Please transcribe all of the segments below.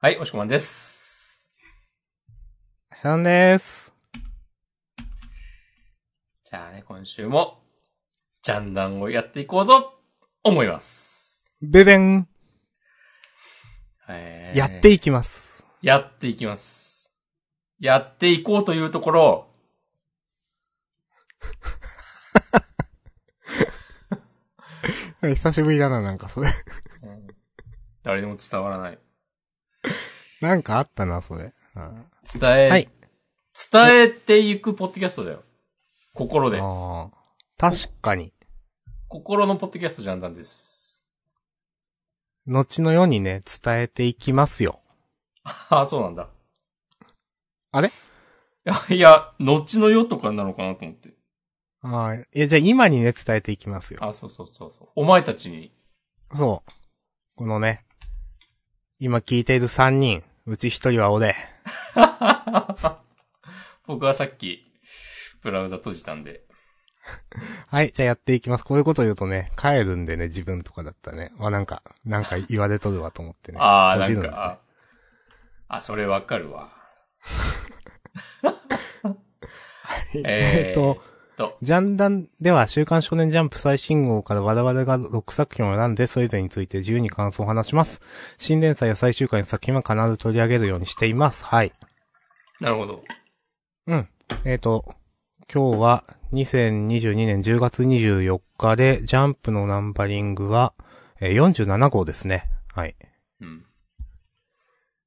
はい、おしこまんです。シャンです。じゃあね、今週も、ジャンダンをやっていこうと思います。ベベン、えーやっていきます。やっていきます。やっていこうというところ、 久しぶりだな、なんかそ れ。うん誰にも伝わらない。なんかあったな、それ。うん伝え、はい伝えていくポッドキャストだよ。心で。あー確かに。心のポッドキャストジャンダンです。後の世にね、伝えていきますよ。ああ、そうなんだ。あれいや、いや、後の世とかなのかなと思って。ああ、いや、じゃあ今にね、伝えていきますよ。あ、そうそうそうそう。お前たちに。そう。このね、今聞いている3人、うち1人は俺。僕はさっき、ブラウザ閉じたんで。はい、じゃあやっていきます。こういうこと言うとね、帰るんでね、自分とかだったらね。わ、なんか、なんか言われとるわと思ってね。ああ、な閉じんるでねか、ああ、それわかるわ。 えーっと、と、ジャンダンでは週刊少年ジャンプ最新号から我々が6作品を選んでそれぞれについて自由に感想を話します。新連載や最終回の作品は必ず取り上げるようにしています。はい。なるほど。うん。えっ、と、今日は2022年10月24日でジャンプのナンバリングはえー47号ですね。はい。うん。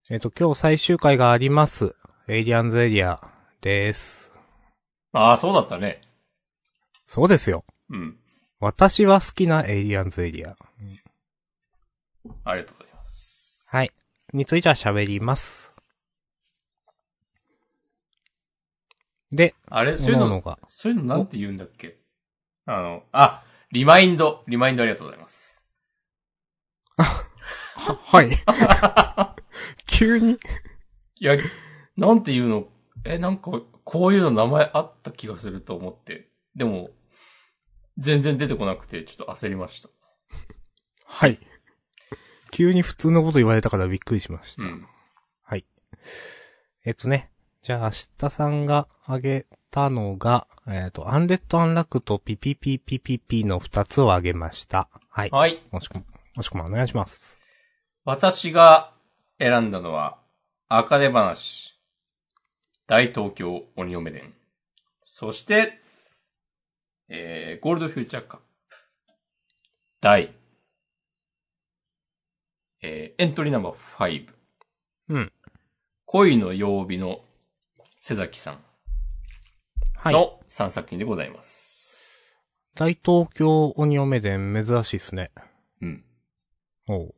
えっ、と、今日最終回があります。エイリアンズエリアです。ああ、そうだったね。そうですよ。うん。私は好きなエイリアンズエリア。ありがとうございます。はい。については喋ります。で、あれそういう各々の、が。そういうのなんて言うんだっけあの、あ、リマインド、リマインドありがとうございます。はい。 急に。いや、なんて言うの、え、なんか、こういうの名前あった気がすると思って。でも、全然出てこなくて、ちょっと焦りました。はい。急に普通のこと言われたからびっくりしましうた。ん。はい。えっとね。じゃあ、明日さんが挙げたのが、えっ、と、アンレッドアンラックとピピピピピピの二つを挙げました。はい。はい。もしくも、もしくもお願いします。私が選んだのは、あかね話、大東京鬼嫁伝、そして、えー、ゴールドフューチャーカップ、第、えー、エントリーナンバー5、うん。恋の曜日の瀬崎さんはい。の3作品でございます。大東京鬼嫁伝珍しいですね。うん。おう。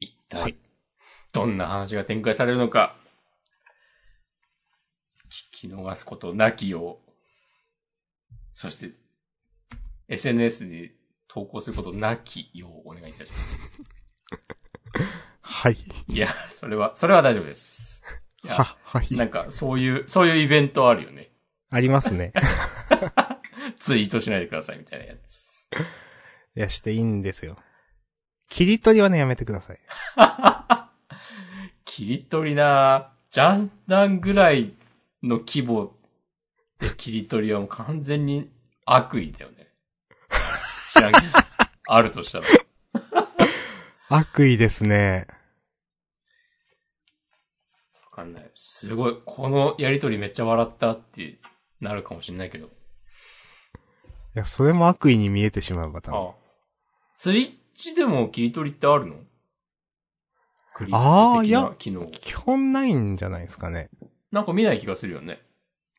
一は体い、どんな話が展開されるのか、聞き逃すことなきよう、そして、SNS に投稿することなきようお願いいたします。はい。いや、それは、それは大丈夫です。いやは、は。ないんか、そういう、そういうイベントあるよね。ありますね。ツイートしないでくださいみたいなやつ。いや、していいんですよ。切り取りはね、やめてください。切り取りなジャンダンぐらいの規模で切り取りはもう完全に悪意だよね。知らんけど。あるとしたら。悪意ですね。わかんない。すごい。このやりとりめっちゃ笑ったってなるかもしれないけど。いや、それも悪意に見えてしまうパターン。ああ。ツイッチでも切り取りってあるのクリッあプあい的なや機能。基本ないんじゃないですかね。なんか見ない気がするよね。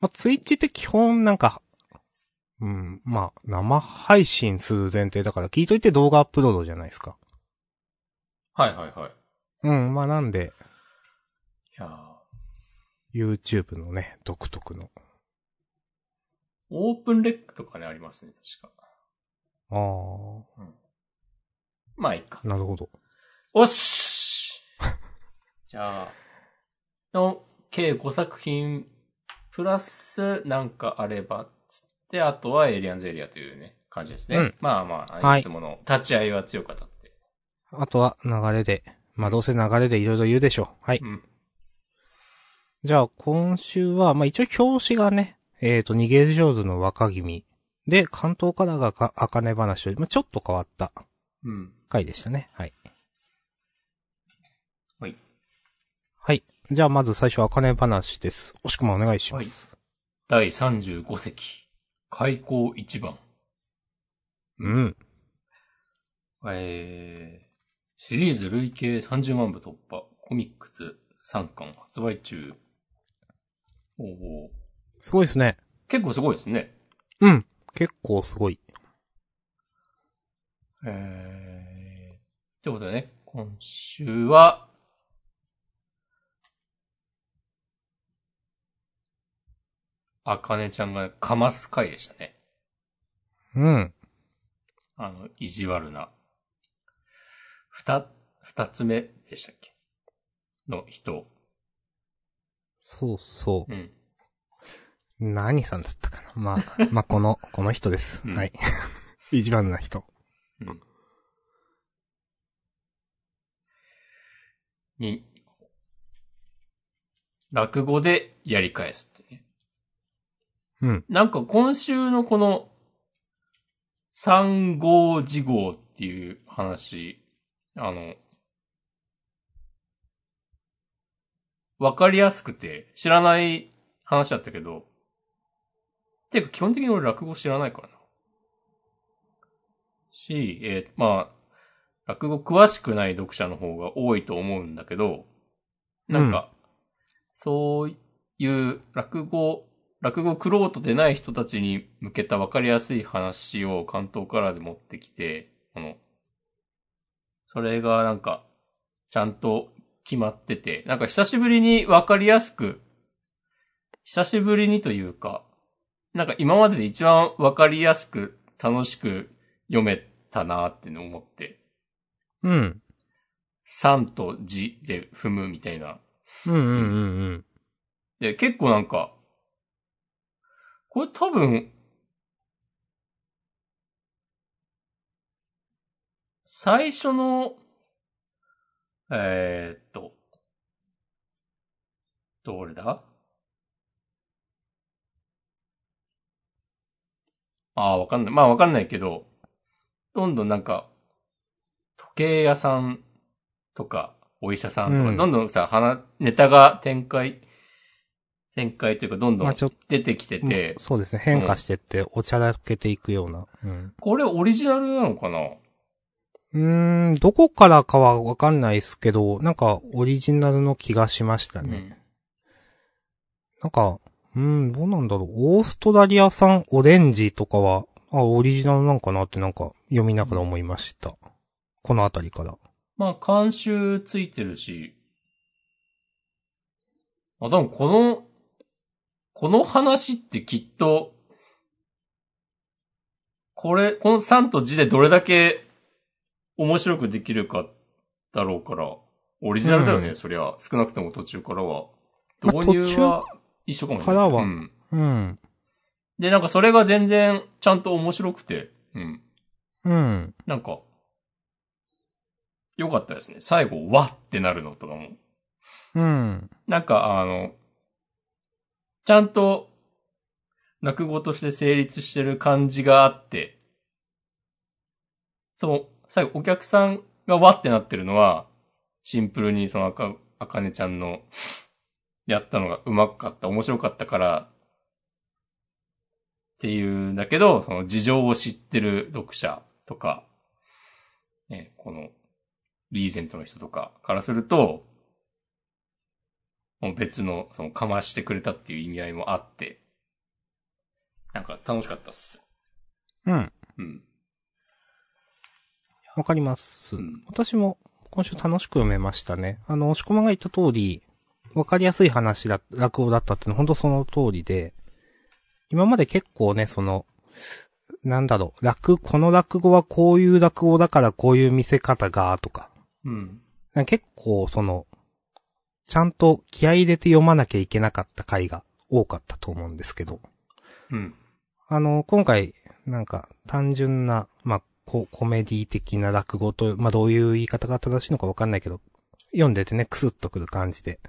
まあ、ツイッチって基本なんか、うん、まあ、生配信する前提だから、聞いといて動画アップロードじゃないですか。はいはいはい。いうん、まあなんで、やー YouTube のね、独特の。オープンレックとかね、ありますね、確か。あまあいいかあ、。なるほど。おっしじゃあ、の、計5作品、プラスなんかあれば、つって、あとはエイリアンズエリアというね、感じですね。うんまあまあ、はいいつもの立ち合いは強かったって。あとは流れで、まあどうせ流れでいろいろ言うでしょう。はい。うん。じゃあ今週は、まあ一応表紙がね、えっ、と、逃げ上手の若君。で、関東からがか、あかね話より、まあちょっと変わったうん。回でしたね。はい。はい。はい。じゃあまず最初、あかね話です。おしくまお願いします。第35席。開口一番。うん。えー、シリーズ累計30万部突破。コミックス3巻発売中。おお。すごいですね。結構すごいですね。うん。結構すごい。えー、ってことでね、今週は、あかねちゃんがかます回でしたね。うん。あの、意地悪な。二、二つ目でしたっけの人。そうそうん。う。何さんだったかな。まあ、 まあこの、この人です。うんはい。 一番な人。うん。に、落語でやり返すってね。うん。なんか今週のこの、三号事号っていう話、あの、わかりやすくて、知らない話だったけど、てか基本的に俺落語知らないからな。し、えーまあ、落語詳しくない読者の方が多いと思うんだけど、なんか、そういう落語、落語クロートでない人たちに向けた分かりやすい話を関東からで持ってきて、この、それがなんか、ちゃんと決まってて、なんか久しぶりに分かりやすく、久しぶりにというか、なんか今までで一番分かりやすく楽しく読めたなーっての思って、うん。 3と字で踏むみたいな。うんうんうんうん。で、結構なんか、これ多分、最初の、えー、っと、どれだああ、わかんない。まあわかんないけど、どんどんなんか、時計屋さんとか、お医者さんとか、うんどんどんさ、話、ネタが展開、展開というか、どんどまんあちょっと出てきてて、そうですね。変化してって、おちゃらけていくような。うん。これオリジナルなのかなうーん、どこからかはわかんないですけど、なんかオリジナルの気がしましたね。なんか、うーん、どうなんだろう。オーストラリア産オレンジとかは、あ、オリジナルなんかなってなんか読みながら思いました。このあたりから。まあ、監修ついてるし。あ、でもこの、この話ってきっと、これ、この3と字でどれだけ面白くできるかだろうから、オリジナルだよね、うんそりゃ。少なくとも途中からは。まあ導入は一緒かもしれない。からはうん。うん。で、なんかそれが全然ちゃんと面白くて、うん。うん。なんか、良かったですね。最後、わってなるのとかも。うん。なんか、あの、ちゃんと、落語として成立してる感じがあって、その、最後、お客さんがわってなってるのは、シンプルにそのあか、あかねちゃんの、やったのがうまかった、面白かったから、っていうんだけど、その事情を知ってる読者とか、ね、この、リーゼントの人とかからすると、もう別の、その、かましてくれたっていう意味合いもあって、なんか楽しかったっす。うん。うん。わかります。うん私も今週楽しく読めましたね。あの、押し込まが言った通り、わかりやすい話だ、落語だったってのは本当その通りで、今まで結構ね、その、なんだろう、落、この落語はこういう落語だからこういう見せ方が、とか、うん。なんか結構その、ちゃんと気合い入れて読まなきゃいけなかった回が多かったと思うんですけど、うん。あの、今回、なんか、単純な、まあ、ココメディ的な落語と、まあ、どういう言い方が正しいのかわかんないけど、読んでてね、クスッとくる感じで。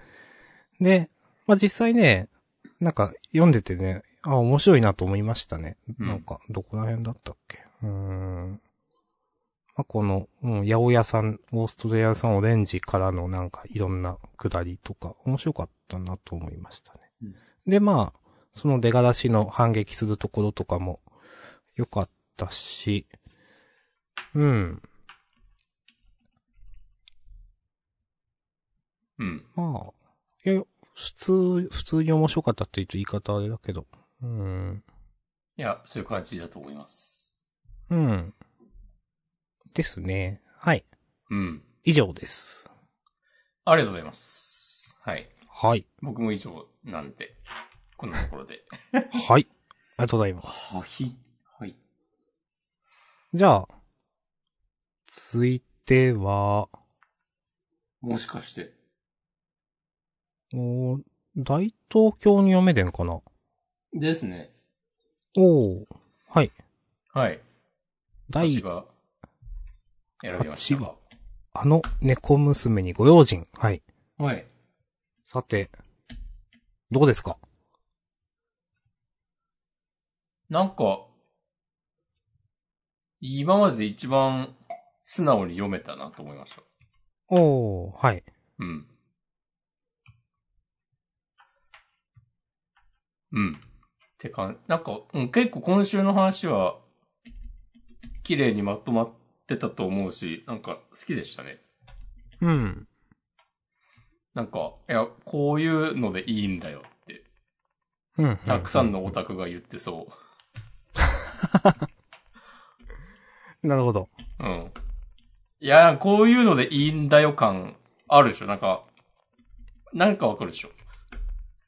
で、まあ、実際ね、なんか読んでてね、あ、面白いなと思いましたね。うんなんか、どこら辺だったっけうーん。まあ、この、うん、八百屋さん、オーストラリア産オレンジからのなんかいろんな下りとか、面白かったなと思いましたね。うんで、まあ、その出がらしの反撃するところとかも良かったし、うん。うん。まあ、いや、普通、普通に面白かったって言うと言い方あれだけど、うん。いや、そういう感じだと思います。うん。ですね。はい。うん。以上です。ありがとうございます。はい。はい。僕も以上なんで、こんなところで。はい。ありがとうございます。はい。はい。じゃあ、続いては、もしかして。おー大東京に嫁伝かなですね。おおはい。はい。第私が選びました八が。あの猫娘にご用心。はい。はい。さて、どうですかなんか、今までで一番素直に読めたなと思いました。おー、はい。うん。うん。てか、なんか、うん、結構今週の話は、綺麗にまとまってたと思うし、なんか好きでしたね。うん。なんか、いや、こういうのでいいんだよって、うん。たくさんのオタクが言ってそなるほど。う。うん。いや、こういうのでいいんだよ感あるでしょなんか、なんかわかるでしょ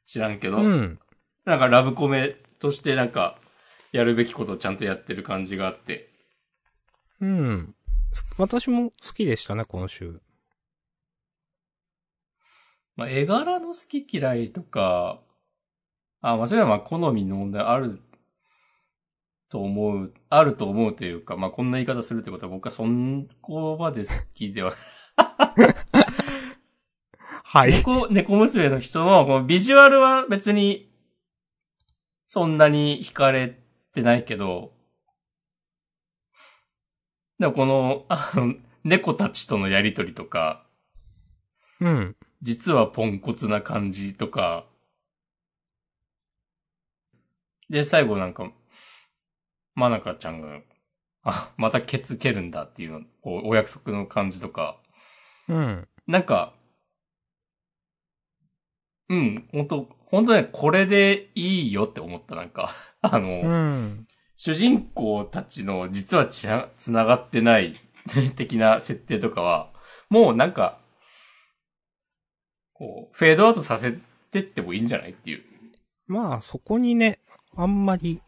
知らんけど。うん。なんかラブコメとしてなんか、やるべきことをちゃんとやってる感じがあって。うん。す私も好きでしたね、今週。まあ、絵柄の好き嫌いとか、あ、まあ、それはまあ、好みの問題あると思う、あると思うというか、まあ、こんな言い方するってことは僕はそんこまで好きでは、はい。猫、猫娘の人のこのビジュアルは別に、そんなに惹かれてないけど、でもこの、あの、猫たちとのやりとりとか、うん。実はポンコツな感じとか、で、最後なんか、まなかちゃんが、あ、またケツ蹴るんだっていうの、こう、お約束の感じとか、うん。なんか、うん、ほんと、ほんとね、これでいいよって思った、なんか、 あの、うん。主人公たちの実はつなつながってない 的な設定とかは、もうなんか、こう、フェードアウトさせてってもいいんじゃないっていう。まあ、そこにね、あんまり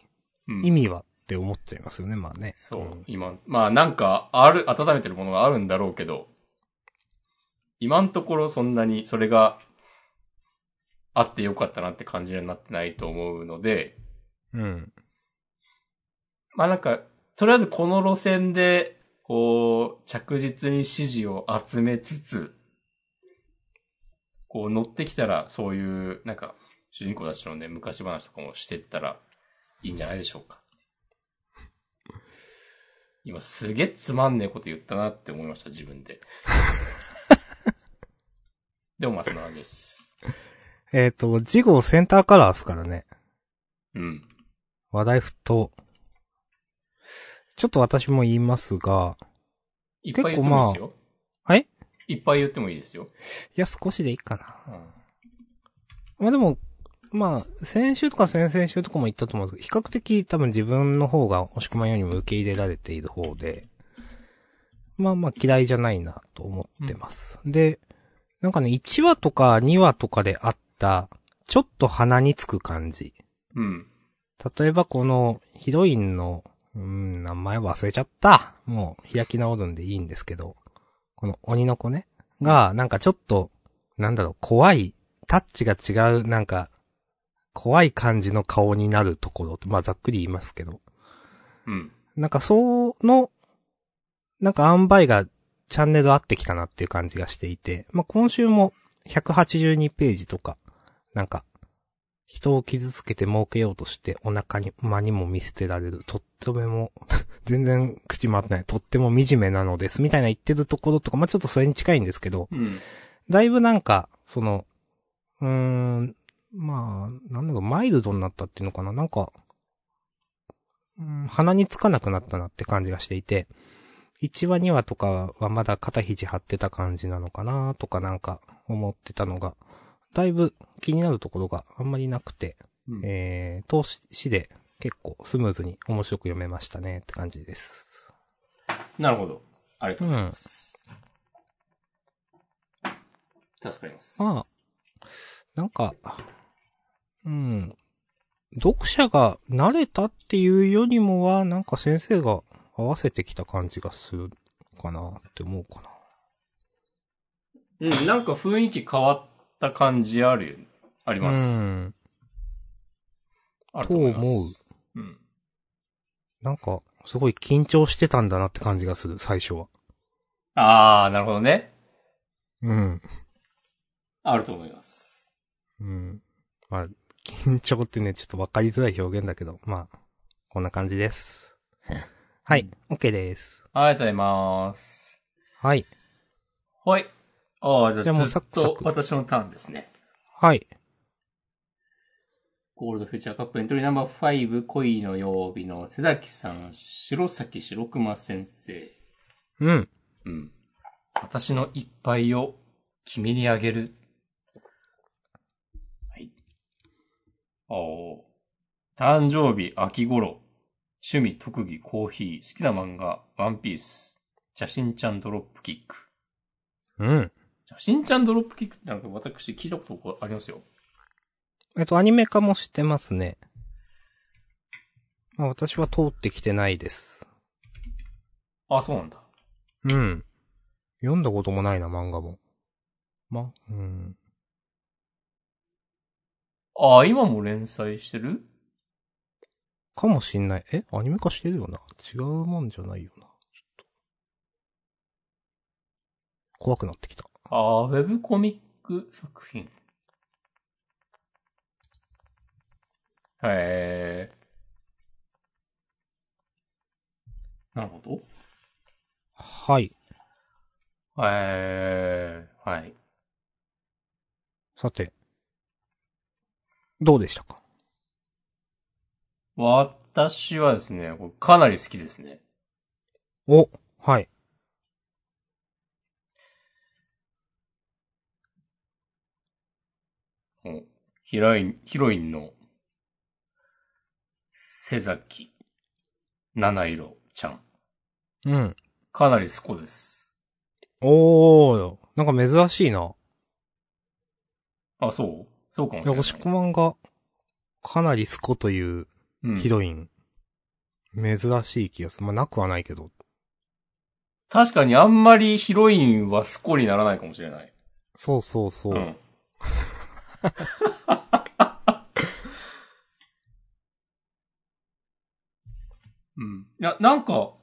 うん意味はって思っちゃいますよね、まあね。そう、ん今、まあなんか、ある、温めてるものがあるんだろうけど、今のところそんなにそれがあってよかったなって感じにはなってないと思うので、うん。まあなんか、とりあえずこの路線で、こう、着実に支持を集めつつ、こう乗ってきたら、そういう、なんか、主人公たちのね、昔話とかもしてったら、いいんじゃないでしょうか。今すげえつまんねえこと言ったなって思いました、自分で。でもまあそんな感じです。えっ、と、事後センターカラーですからね。うん。話題沸騰。ちょっと私も言いますが、いっぱい言ってもいいですよ。はいいっぱい言ってもいいですよ。いや、少しでいいかな。うん。まあでも、まあ、先週とか先々週とかも言ったと思うんですけど、比較的多分自分の方が押し込まんようにも受け入れられている方で、まあまあ嫌いじゃないなと思ってます。で、なんかね、1話とか2話とかであった、ちょっと鼻につく感じ。うん。例えばこのヒロインの、うーん、名前忘れちゃった。もう開き直るんでいいんですけど、この鬼の子ね、が、なんかちょっと、なんだろう、怖い、タッチが違う、なんか、怖い感じの顔になるところ、まあざっくり言いますけど、うん。なんかその、なんか塩梅がチャンネル合ってきたなっていう感じがしていて、まあ、今週も182ページとか、なんか、人を傷つけて儲けようとしてお腹に、間にも見捨てられる。とっても、 全然口回ってない。とっても惨めなのです。みたいな言ってるところとか、まあ、ちょっとそれに近いんですけど、うん。だいぶなんか、その、うーん、まあ、なんだろう、マイルドになったっていうのかななんか、うん、鼻につかなくなったなって感じがしていて、1話2話とかはまだ肩肘張ってた感じなのかなとかなんか思ってたのが、だいぶ気になるところがあんまりなくて、うんえー、投資で結構スムーズに面白く読めましたねって感じです。なるほど。ありがとうございます。助かります。まあ、なんか、うん。読者が慣れたっていうよりもは、なんか先生が合わせてきた感じがするかなって思うかな。うん、なんか雰囲気変わった感じあるよね。あります。うん。あると思います。と思う。うん。なんか、すごい緊張してたんだなって感じがする、最初は。あー、なるほどね。うん。あると思います。うん。まあ、緊張ってね、ちょっとわかりづらい表現だけど、まあ、こんな感じ です。はい、OK です。ありがとうございます。はい。はい。あー、じじゃゃああもうずっサとクサク私のターンですね。はい。ゴールドフューチャーカップエントリーナンバー5、恋の曜日の瀬崎さん、白崎白熊先生。うん。うん。私の一杯を君にあげる。はい。お誕生日、秋頃。趣味、特技、コーヒー。好きな漫画、ワンピース。写真ちゃんドロップキック。うん。写真ちゃんドロップキックってなんか私聞いたことありますよ。えっと、アニメ化もしてますね。まあ、私は通ってきてないです。あ、そうなんだ。うん。読んだこともないな、漫画も。ま、うん。あ、今も連載してるかもしんない。えアニメ化してるよな。違うもんじゃないよな。ちょっと。怖くなってきた。あー、ウェブコミック作品。へえ。なるほど。はい。へえ。はい。さて。どうでしたか私はですね、これかなり好きですね。お、はい。うんヒロイン、ヒロインの、瀬崎、七色ちゃん。うん。かなり好きです。おー、なんか珍しいな。あ、そうそうかもしれいや、ない。押し込まんが、かなりスコといううんヒロイン。珍しい気がする。まあ、なくはないけど。確かにあんまりヒロインはスコにならないかもしれない。そうそうそう。うん。 うん。いや、なんか、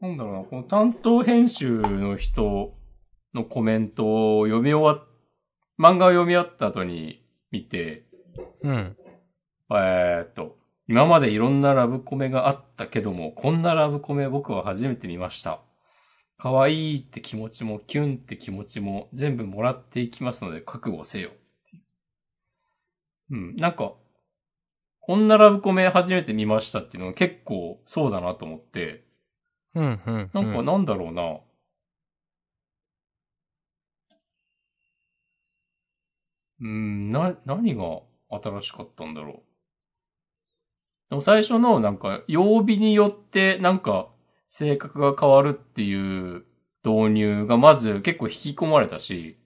なんだろうな、この担当編集の人のコメントを読み終わっ、漫画を読み終わった後に見て、うん。えーっと、今までいろんなラブコメがあったけども、こんなラブコメ僕は初めて見ました。可愛いって気持ちも、キュンって気持ちも、全部もらっていきますので、覚悟せよ。うん、なんか、こんなラブコメ初めて見ましたっていうのは結構そうだなと思って、うん、うん。なんかうんなんだろうな。うん、な、何が新しかったんだろう。でも最初のなんか、曜日によってなんか、性格が変わるっていう導入がまず結構引き込まれたし、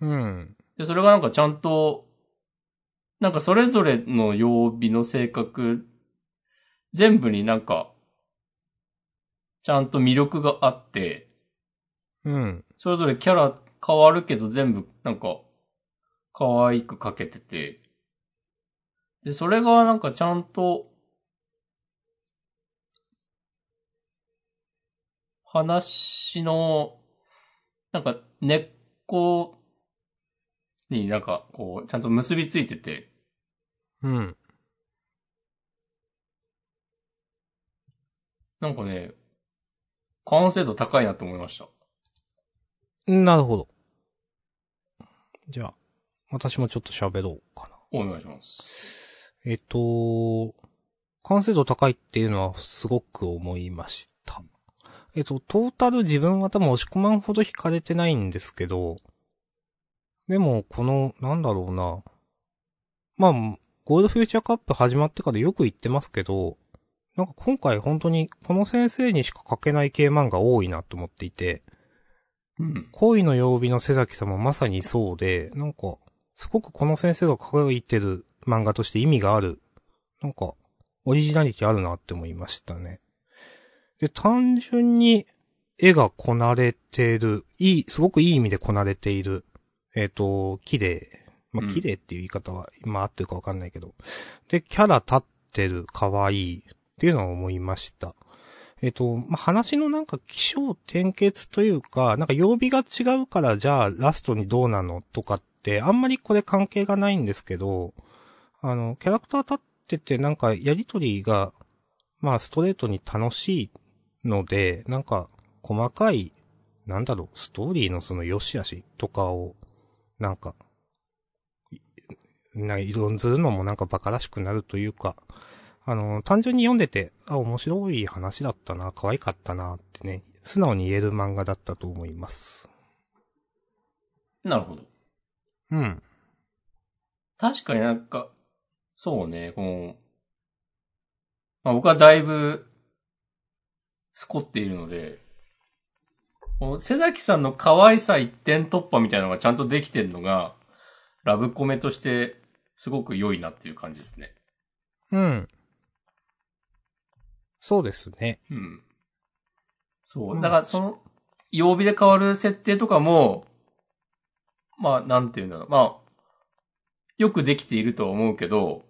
うん。で、それがなんかちゃんと、なんかそれぞれの曜日の性格、全部になんか、ちゃんと魅力があって、うん。それぞれキャラ変わるけど全部なんか、可愛く描けてて。で、それがなんかちゃんと、話の、なんか根っこになんかこう、ちゃんと結びついてて、うん。なんかね、完成度高いなと思いました。なるほど。じゃあ、私もちょっと喋ろうかな。お願いします。えっと、完成度高いっていうのはすごく思いました。えっと、トータル自分は多分押し込まんほど惹かれてないんですけど、でも、この、なんだろうな。まあ、ゴールドフューチャーカップ始まってからよく言ってますけど、なんか今回本当にこの先生にしか書けない系漫画多いなと思っていて、うん。恋の曜日の瀬崎さんもまさにそうで、なんか、すごくこの先生が輝いてる漫画として意味がある。なんか、オリジナリティあるなって思いましたね。で、単純に絵がこなれてる。いい、すごくいい意味でこなれている。えっ、と、綺麗。まうあ、ん綺麗っていう言い方は今合ってるかわかんないけど。で、キャラ立ってる、可愛いっていうのは思いました。えっ、と、まあ、話のなんか気象転結というか、なんか曜日が違うからじゃあラストにどうなのとかって、あんまりこれ関係がないんですけど、あの、キャラクター立っててなんかやりとりが、まあストレートに楽しいので、なんか細かい、なんだろう、ストーリーのその良し悪しとかを、なんか、いなんか論ずるのもなんか馬鹿らしくなるというか、あの、単純に読んでて、あ、面白い話だったな、可愛かったな、ってね、素直に言える漫画だったと思います。なるほど。うん。確かになんか、そうね、この、まあ、僕はだいぶ、スコっているので、この瀬崎さんの可愛さ一点突破みたいなのがちゃんとできてるのが、ラブコメとして、すごく良いなっていう感じですね。うん。そうですね。うん。そうう。んだからその、曜日で変わる設定とかも、まあ、なんていうんだろう。まあ、よくできているとは思うけど、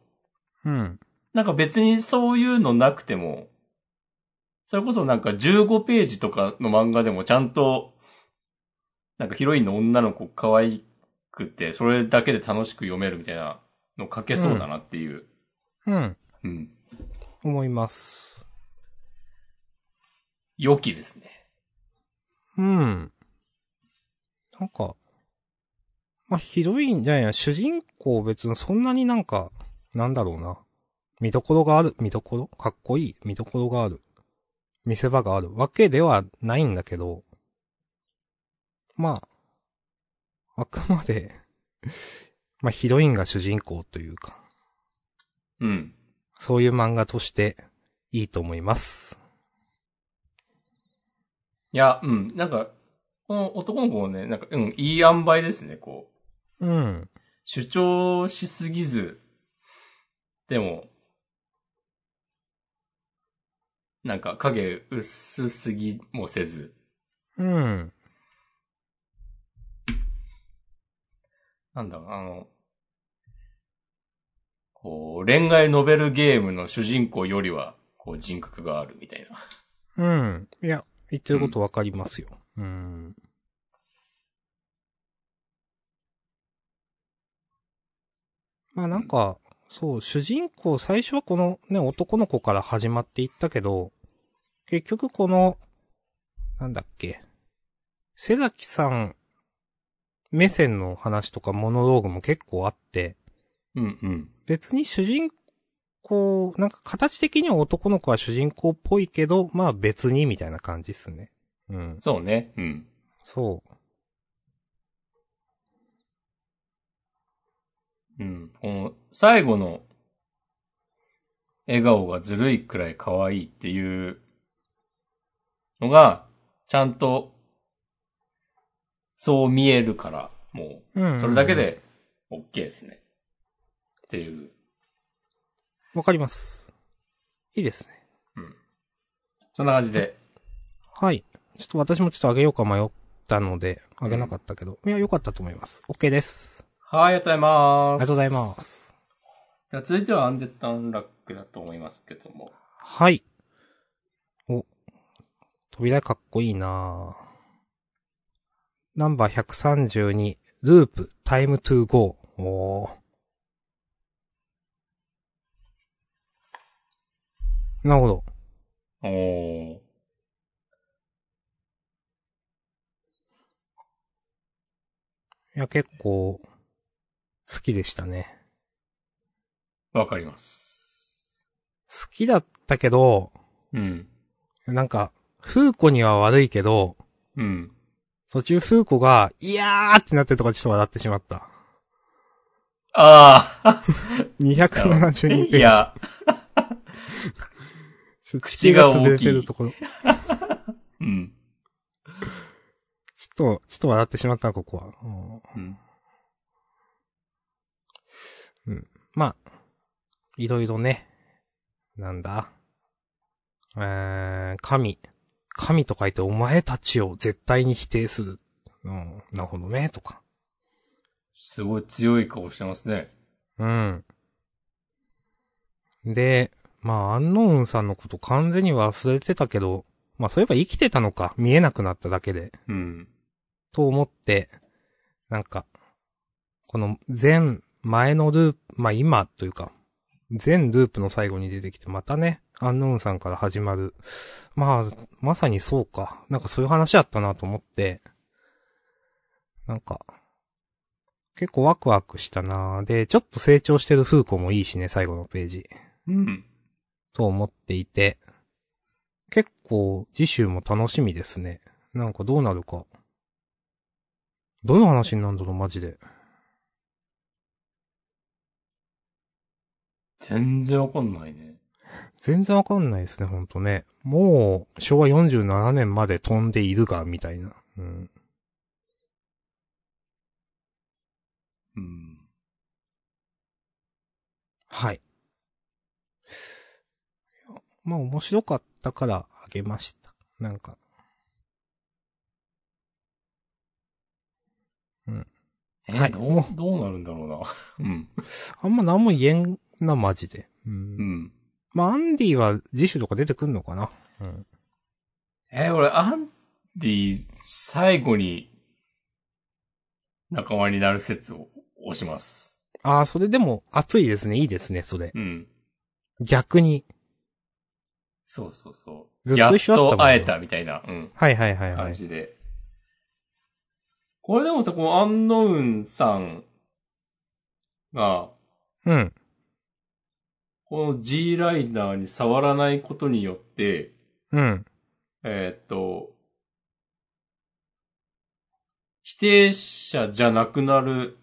うん。なんか別にそういうのなくても、それこそなんか15ページとかの漫画でもちゃんと、なんかヒロインの女の子可愛くて、それだけで楽しく読めるみたいなの書けそうだなっていう。うん。うん。思います。良きですね。うん。なんか、まあ、ひどいんじゃないや、主人公別にそんなになんか、なんだろうな。見どころがある、見どころかっこいい、見どころがある。見せ場があるわけではないんだけど、まあ、あくまで、 まあ、ヒロインが主人公というか、うん。そういう漫画としていいと思います。いや、うん。なんか、この男の子もね、なんか、うん、いい塩梅ですね、こう。うん。主張しすぎず、でも、なんか影薄すぎもせず、うん。なんだろう、あの、こう、恋愛ノベルゲームの主人公よりは、こう人格があるみたいな。うん。いや、言ってることわかりますよ。うん。まあなんか、そう、主人公、最初はこのね、男の子から始まっていったけど、結局この、なんだっけ、瀬崎さん目線の話とかモノローグも結構あって、うんうん。別に主人公、なんか形的には男の子は主人公っぽいけど、まあ別にみたいな感じですね。うん。そうね。うん。そう。うん。この、最後の、笑顔がずるいくらい可愛いっていうのが、ちゃんと、そう見えるから、もうんうんうう、んそれだけ。で、OK ですね。っていう。わかります。いいですね。うん。そんな感じで。はい。ちょっと私もちょっとあげようか迷ったので、あげなかったけど。いや、良かったと思います。OK です。はい、ありがとうございます。ありがとうございま。す。じゃあ続いてはアンデッドアンラックだと思いますけども。はい。お、扉かっこいいなぁナンバー132、ループ、タイムトゥーゴー。おー。なるほど。おー。いや、結構、好きでしたね。わかります。好きだったけど、うん。なんか、風子には悪いけど、うん。途中風子が、いやーってなってるとかちょっと笑ってしまった。ああ。 272ページ。いや、ちょっと口が大きい潰れてるところ。ちょっうん。と、ちょっと笑ってしまったな、ここは。うんうん。まあ、いろいろね。なんだ。えー、神。神と書いて、お前たちを絶対に否定する。うん、なるほどね、とか。すごい強い顔してますね。うん。で、まあ、アンノーンさんのこと完全に忘れてたけど、まあ、そういえば生きてたのか、見えなくなっただけで、うん。と思って、なんか、この前、前のループ、まあ今というか、前ループの最後に出てきて、またね、アンノーンさんから始まる。まあ、まさにそうか。なんかそういう話あったなと思って、なんか、結構ワクワクしたなで、ちょっと成長してる風子もいいしね、最後のページ。うん。と思っていて、結構次週も楽しみですね。なんかどうなるか。どういう話になるんだろう、マジで。全然わかんないね。全然わかんないですね、ほんとね。もう、昭和47年まで飛んでいるが、みたいな。うん。うん。はい。いやまあ、面白かったからあげました。なんか。え、はいどう、どうなるんだろうな。うん。あんま何も言えんな、マジで。う。うんん。まあ、アンディは次週とか出てくんのかなうん。え、俺、アンディ、最後に、仲間になる説を押します。ああ、それでも熱いですね。いいですね、それ。うん。逆に。そうそうそう。ずっと一緒だったもんねやっと会えたみたいな、うん、はいはいはいは感い。じで。これでもさ、このアンノウンさんが、うん。この G ライダーに触らないことによって、うん。えーっと、否定者じゃなくなる、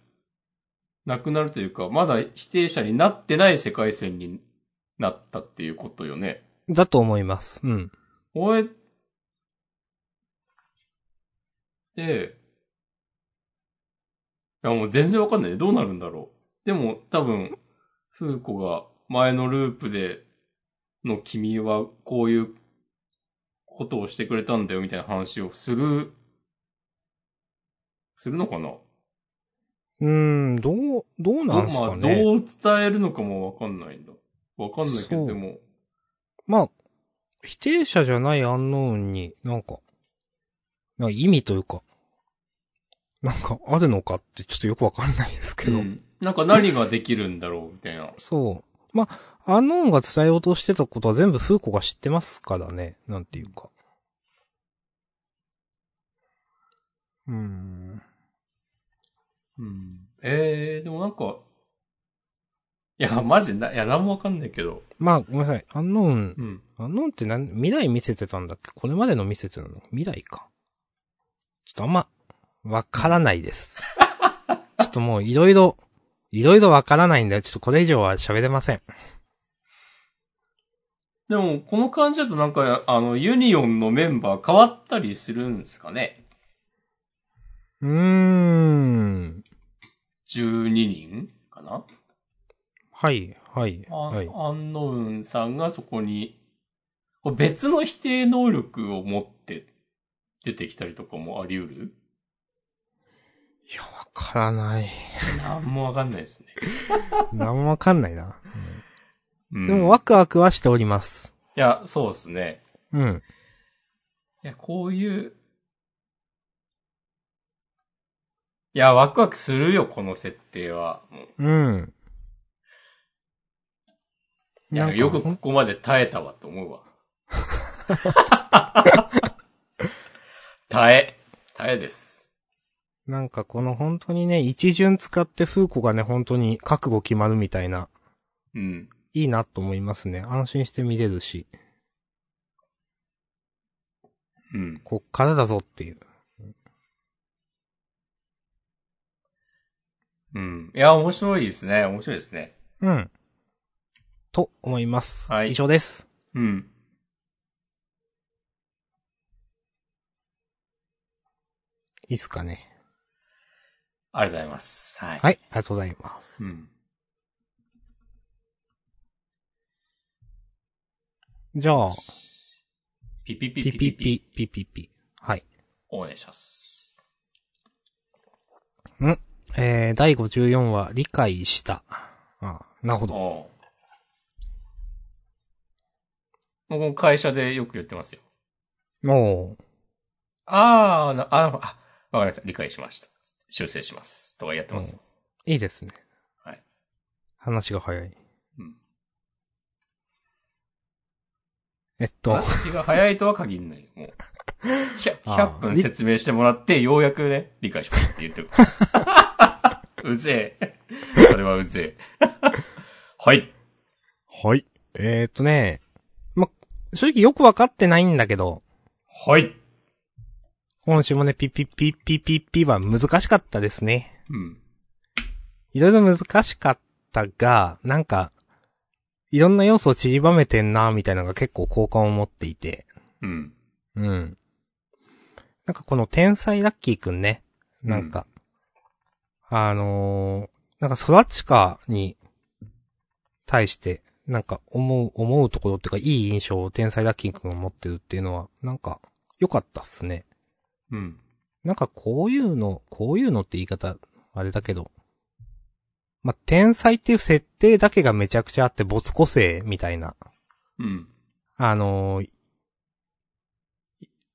なくなるというか、まだ否定者になってない世界線になったっていうことよね。だと思います。うん。これで、いやもう全然わかんないね。どうなるんだろう。でも多分、風子が前のループでの君はこういうことをしてくれたんだよみたいな話をする、するのかなうーん、どう、どうなんすどうまかあ、ね。どう伝えるのかもわかんないんだ。わかんないけそど、うでも、まあ、否定者じゃないアンノーンに、なんか、なんか意味というか、なんかあるのかってちょっとよくわかんないですけど。うんなんか何ができるんだろうみたいな。そう。まあ、アンノーンが伝えようとしてたことは全部風子が知ってますからね。なんていうか。うーん。うん。ええー、でもなんか、いや、マジな、いや、なんもわかんないけど。まあ、ごめんなさい。アンノーンうん。あのんってなん、未来見せてたんだっけこれまでの見せてたの未来か。ちょっとあんま、わからない です。ちょっともういろいろ、いろいろわからないんだよ。ちょっとこれ以上は喋れません。でも、この感じだとなんか、あの、ユニオンのメンバー変わったりするんですかねうーん。 ?12 人かなはい、はい、あ、はい。アンノウンさんがそこに、これ別の否定能力を持って出てきたりとかもあり得るいや、わからない。 なんもわかんないですね。なんもわかんないな。うんでもワクワクはしております。いや、そうですね。うん。いや、こういう。いや、ワクワクするよ、この設定は。もううん。いやなんかよくここまで耐えたわと思 うわ。耐え。耐えです。なんかこの本当にね、一巡使ってフーコがね、本当に覚悟決まるみたいな、うん。いいなと思いますね。安心して見れるし、うん。こっからだぞっていう。うん。いや、面白いですね。面白いですね。うん。と思います。はい以上です。うん。いいっすかね。ありがとうございます。はい。はい、ありがとうございます。うん。じゃあ、ピピピピピピピピピ。ピピピピ。はい。お願いします。えー、第54話、理解した。あなるほど。お僕も会社でよく言ってますよ。もう、あー、なあ、あ、わかりました。理解しました。修正します。とかやってますよ。いいですね。はい。話が早い。うん。えっと、話が早いとは限んないよ。もう。 ひゃあー100分説明してもらって、ようやくね、理解しましたって言ってる。 うぜえ。それはうぜえ。 はい。はい。えー、っとね、ま、正直よくわかってないんだけど、はい。今週もね、ピピピピピピは難しかったですね。うん。いろいろ難しかったが、なんか、いろんな要素を散りばめてんな、みたいなのが結構好感を持っていて。うん。うん。なんかこの天才ラッキーくんね。なんか、あのーなんかソラチカに対して、なんか思う、思うところっていうか、いい印象を天才ラッキーくんが持ってるっていうのは、なんか、良かったっすね。うん。なんかこういうの、こういうのって言い方、あれだけど。まあ、天才っていう設定だけがめちゃくちゃあって、没個性みたいな、うん。あのーい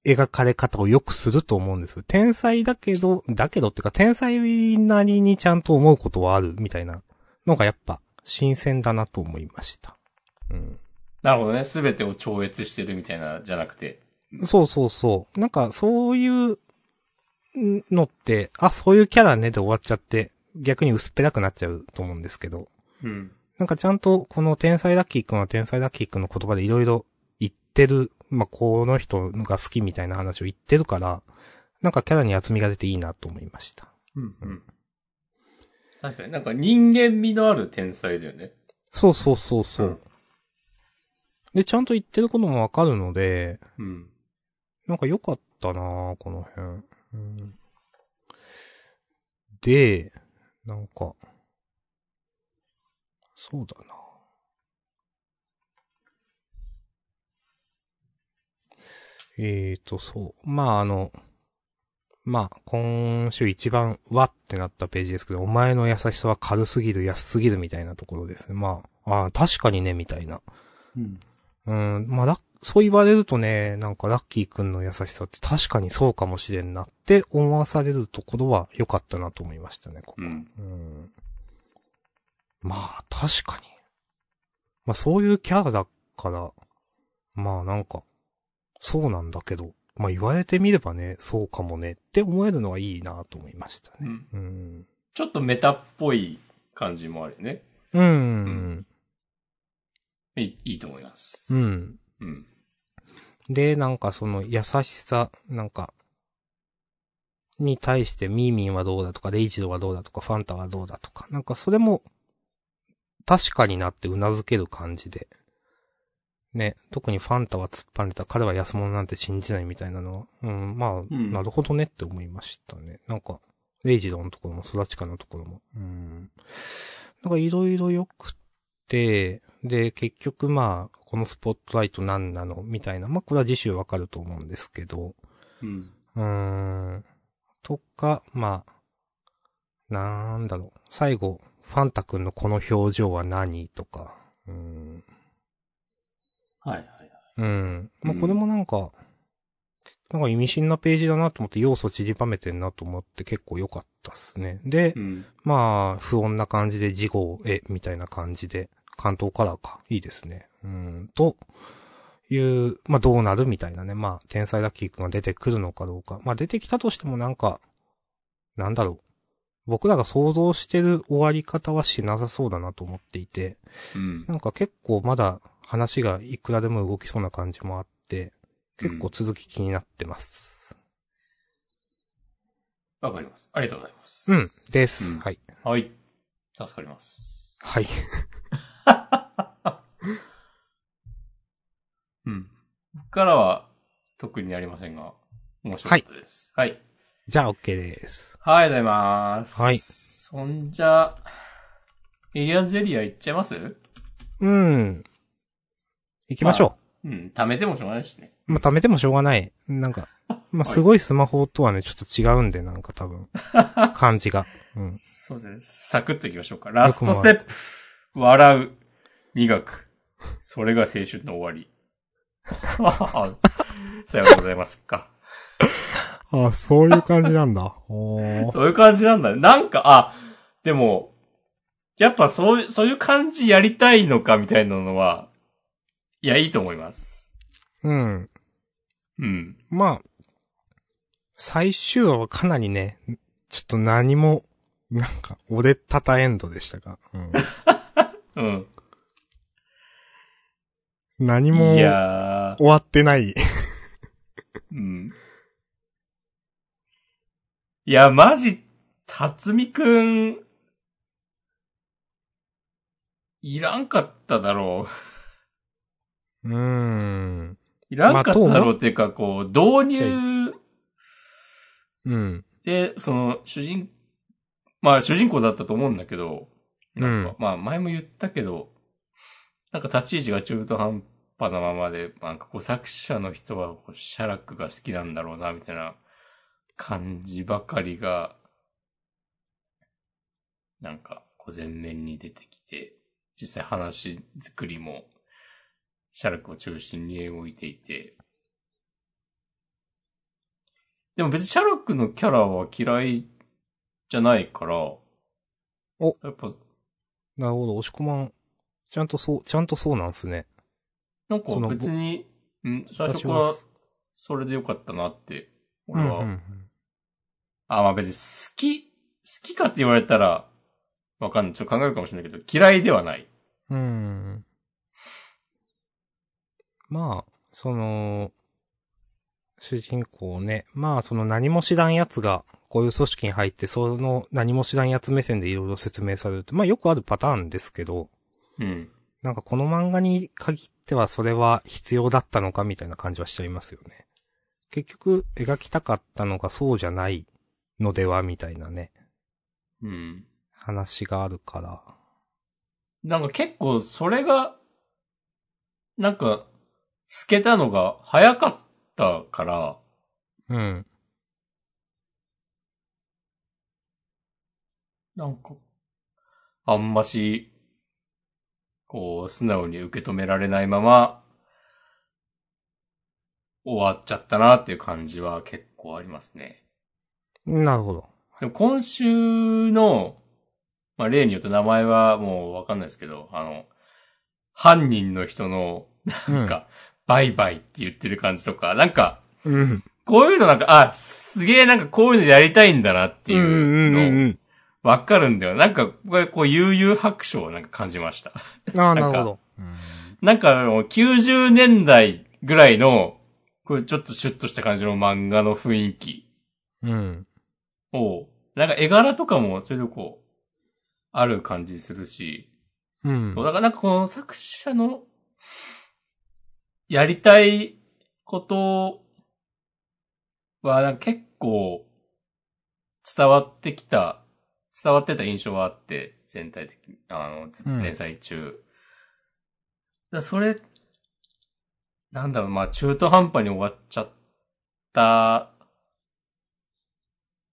描かれ方をよくすると思うんです。天才だけど、だけどっていうか、天才なりにちゃんと思うことはあるみたいなのがやっぱ新鮮だなと思いました。うん。なるほどね。すべてを超越してるみたいな、じゃなくて。そうそうそう。なんか、そういうのって、あ、そういうキャラねで終わっちゃって、逆に薄っぺらくなっちゃうと思うんですけど、うん。なんかちゃんとこの天才ラッキーくんは天才ラッキーくんの言葉でいろいろ言ってる、まあ、この人が好きみたいな話を言ってるから、なんかキャラに厚みが出ていいなと思いました。うん。うん。確かになんか人間味のある天才だよね。そうそうそうそう。うんで、ちゃんと言ってることもわかるので、うん。なんか良かったなぁこの辺。うんで、なんか、そうだなえーと、そう。まあ、あの、まあ、今週一番わってなったページですけど、お前の優しさは軽すぎる、安すぎるみたいなところですね。まあ、ああ、確かにね、みたいな。うん。うん、まあ、ラッそう言われるとね、なんかラッキーくんの優しさって確かにそうかもしれんなって思わされるところは良かったなと思いましたね、ここうん。うん。まあ、確かに。まあ、そういうキャラだから、まあ、なんか、そうなんだけど、まあ、言われてみればね、そうかもねって思えるのはいいなと思いましたうね。ん。うん。ちょっとメタっぽい感じもあるよね。うん。いい、いいと思います。う。ん。うん。で、なんかその優しさ、なんか、に対してミーミンはどうだとか、レイジロはどうだとか、ファンタはどうだとか、なんかそれも、確かになって頷ける感じで。ね、特にファンタは突っ張れた、彼は安物なんて信じないみたいなのは、うん、まあ、んなるほどねって思いましたね。なんか、レイジロのところも、育ちかのところも。うん。なんかいろいろ良くって、で、結局まあ、このスポットライト何なのみたいな。まあ、これは次週わかると思うんですけど。うん。うーん。とか、まあ、なんだろう。最後、ファンタ君のこの表情は何とか。うん。はいはいはい。うん。まあ、うんこれもなんか、結なんか意味深なページだなと思って要素散りばめてんなと思って結構良かったっすね。で、うん。まあ、不穏な感じで、事後、え、みたいな感じで、関東カラーか。いいですね。うん、と、いう、まあどうなるみたいなね。まあ、天才ラッキー君が出てくるのかどうか。まあ出てきたとしてもなんか、なんだろう。僕らが想像してる終わり方はしなさそうだなと思っていて、うん。なんか結構まだ話がいくらでも動きそうな感じもあって、結構続き気になってます。わかります。ありがとうございます。うん、です、うんはい。はい。助かります。はい。 うん。僕からは特にありませんが、面白かったです。はい。じゃあ OK です。はい、ありがとうございます。はいそんじゃ、エリアンズエリア行っちゃいますうん。行きましょう。うん、貯めてもしょうがないしね。まあ、貯めてもしょうがない。なん か、まあ、すごいスマホとはね、ちょっと違うんで、なんか多 分、感じが。うん。そうですね。サクッと行きましょうか。ラストステップ。笑う。磨く。それが青春の終わり。 さようでございますか。あそういう感じなん だ。おー。そういう感じなんだね。なんか、あ、でも、やっぱそう、そういう感じやりたいのかみたいなのは、いや、いいと思います。うん。うん。まあ、最終話はかなりね、ちょっと何も、なんか、俺たたエンドでしたが。うん。うん。何もい終やー、わってない。うん。いや、マジ、辰巳くん、いらんかっただろうーん。う。いらんかったまあだどうろもうっていうか、こう、導入うん。で、その、主人、まあ主人公だったと思うんだけど、なんか、うんまあ前も言ったけど、なんか立ち位置が中途半端なままで、なんかこう作者の人はこうシャラクが好きなんだろうな、みたいな感じばかりが、なんか、こう前面に出てきて、実際話作りも、シャラクを中心に動いていて、でも別にシャラクのキャラは嫌いじゃないから、おやっぱ、なるほど、押し込まん。ちゃんとそう、ちゃんとそうなんすね。なんそかの別に、うん、最初私かはらそれでよかったなって、う俺んは。うんあ、まあ別に好き、好きかって言われたら、わかんない。ちょっと考えるかもしれないけど、嫌いではない。うん。まあ、その、主人公ね。まあ、その何も知らん奴が、こういう組織に入って、その何も知らん奴目線でいろいろ説明されると、まあよくあるパターンですけど、うん。なんかこの漫画に限ってはそれは必要だったのかみたいな感じはしちゃいますよね。結局、描きたかったのがそうじゃないのではみたいなね、うん。話があるから。なんか結構それが、なんか、透けたのが早かったから、うん。なんか、あんまし、こう、素直に受け止められないまま、終わっちゃったなっていう感じは結構ありますね。なるほど。でも今週の、まあ例によって名前はもうわかんないですけど、あの、犯人の人の、ななん、か、バイバイって言ってる感じとか、なんか、うん。こういうのなんか、あ、すげえなんかこういうのやりたいんだなっていんんうのを、んわかるんだよ。なんか、これこう悠々白書をなんか感じました。うん。ああ、ななんかるほど。なんかあの、90年代ぐらいの、これちょっとシュッとした感じの漫画の雰囲気うん。を、なんか絵柄とかも、それでこう、ある感じするし、うんそう、。だからなんかこの作者の、やりたいことは、なんか結構、伝わってきた、伝わってた印象はあって、全体的に、あのずう、ん連載中。だからそれ、なんだろう、まあ中途半端に終わっちゃった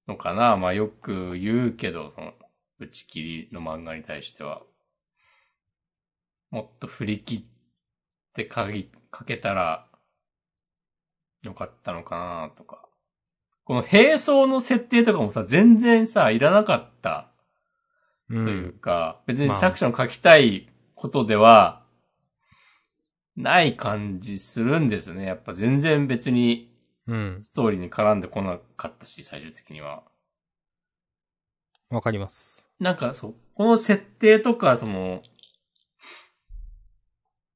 のかな。まあよく言うけど、その打ち切りの漫画に対しては。もっと振り切ってかぎ、かけたら、よかったのかなとか。この並走の設定とかもさ、全然さ、いらなかったう。というんか、別まにあ作者の書きたいことでは、ない感じするんですね。やっぱ全然別にうん。ストーリーに絡んでこなかったし、最終的には。わかります。なんかそう、この設定とか、その、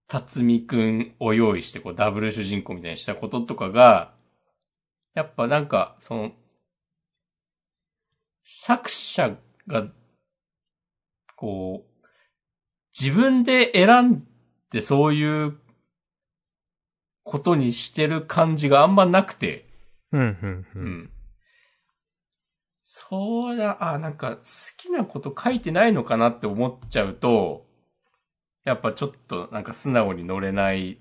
辰巳くんを用意して、こう、ダブル主人公みたいにしたこととかが、やっぱなんか、その、作者が、こう、自分で選んでそういうことにしてる感じがあんまなくて、うん、う、うんん。そうだ、あ、なんか好きなこと書いてないのかなって思っちゃうと、やっぱちょっとなんか素直に乗れない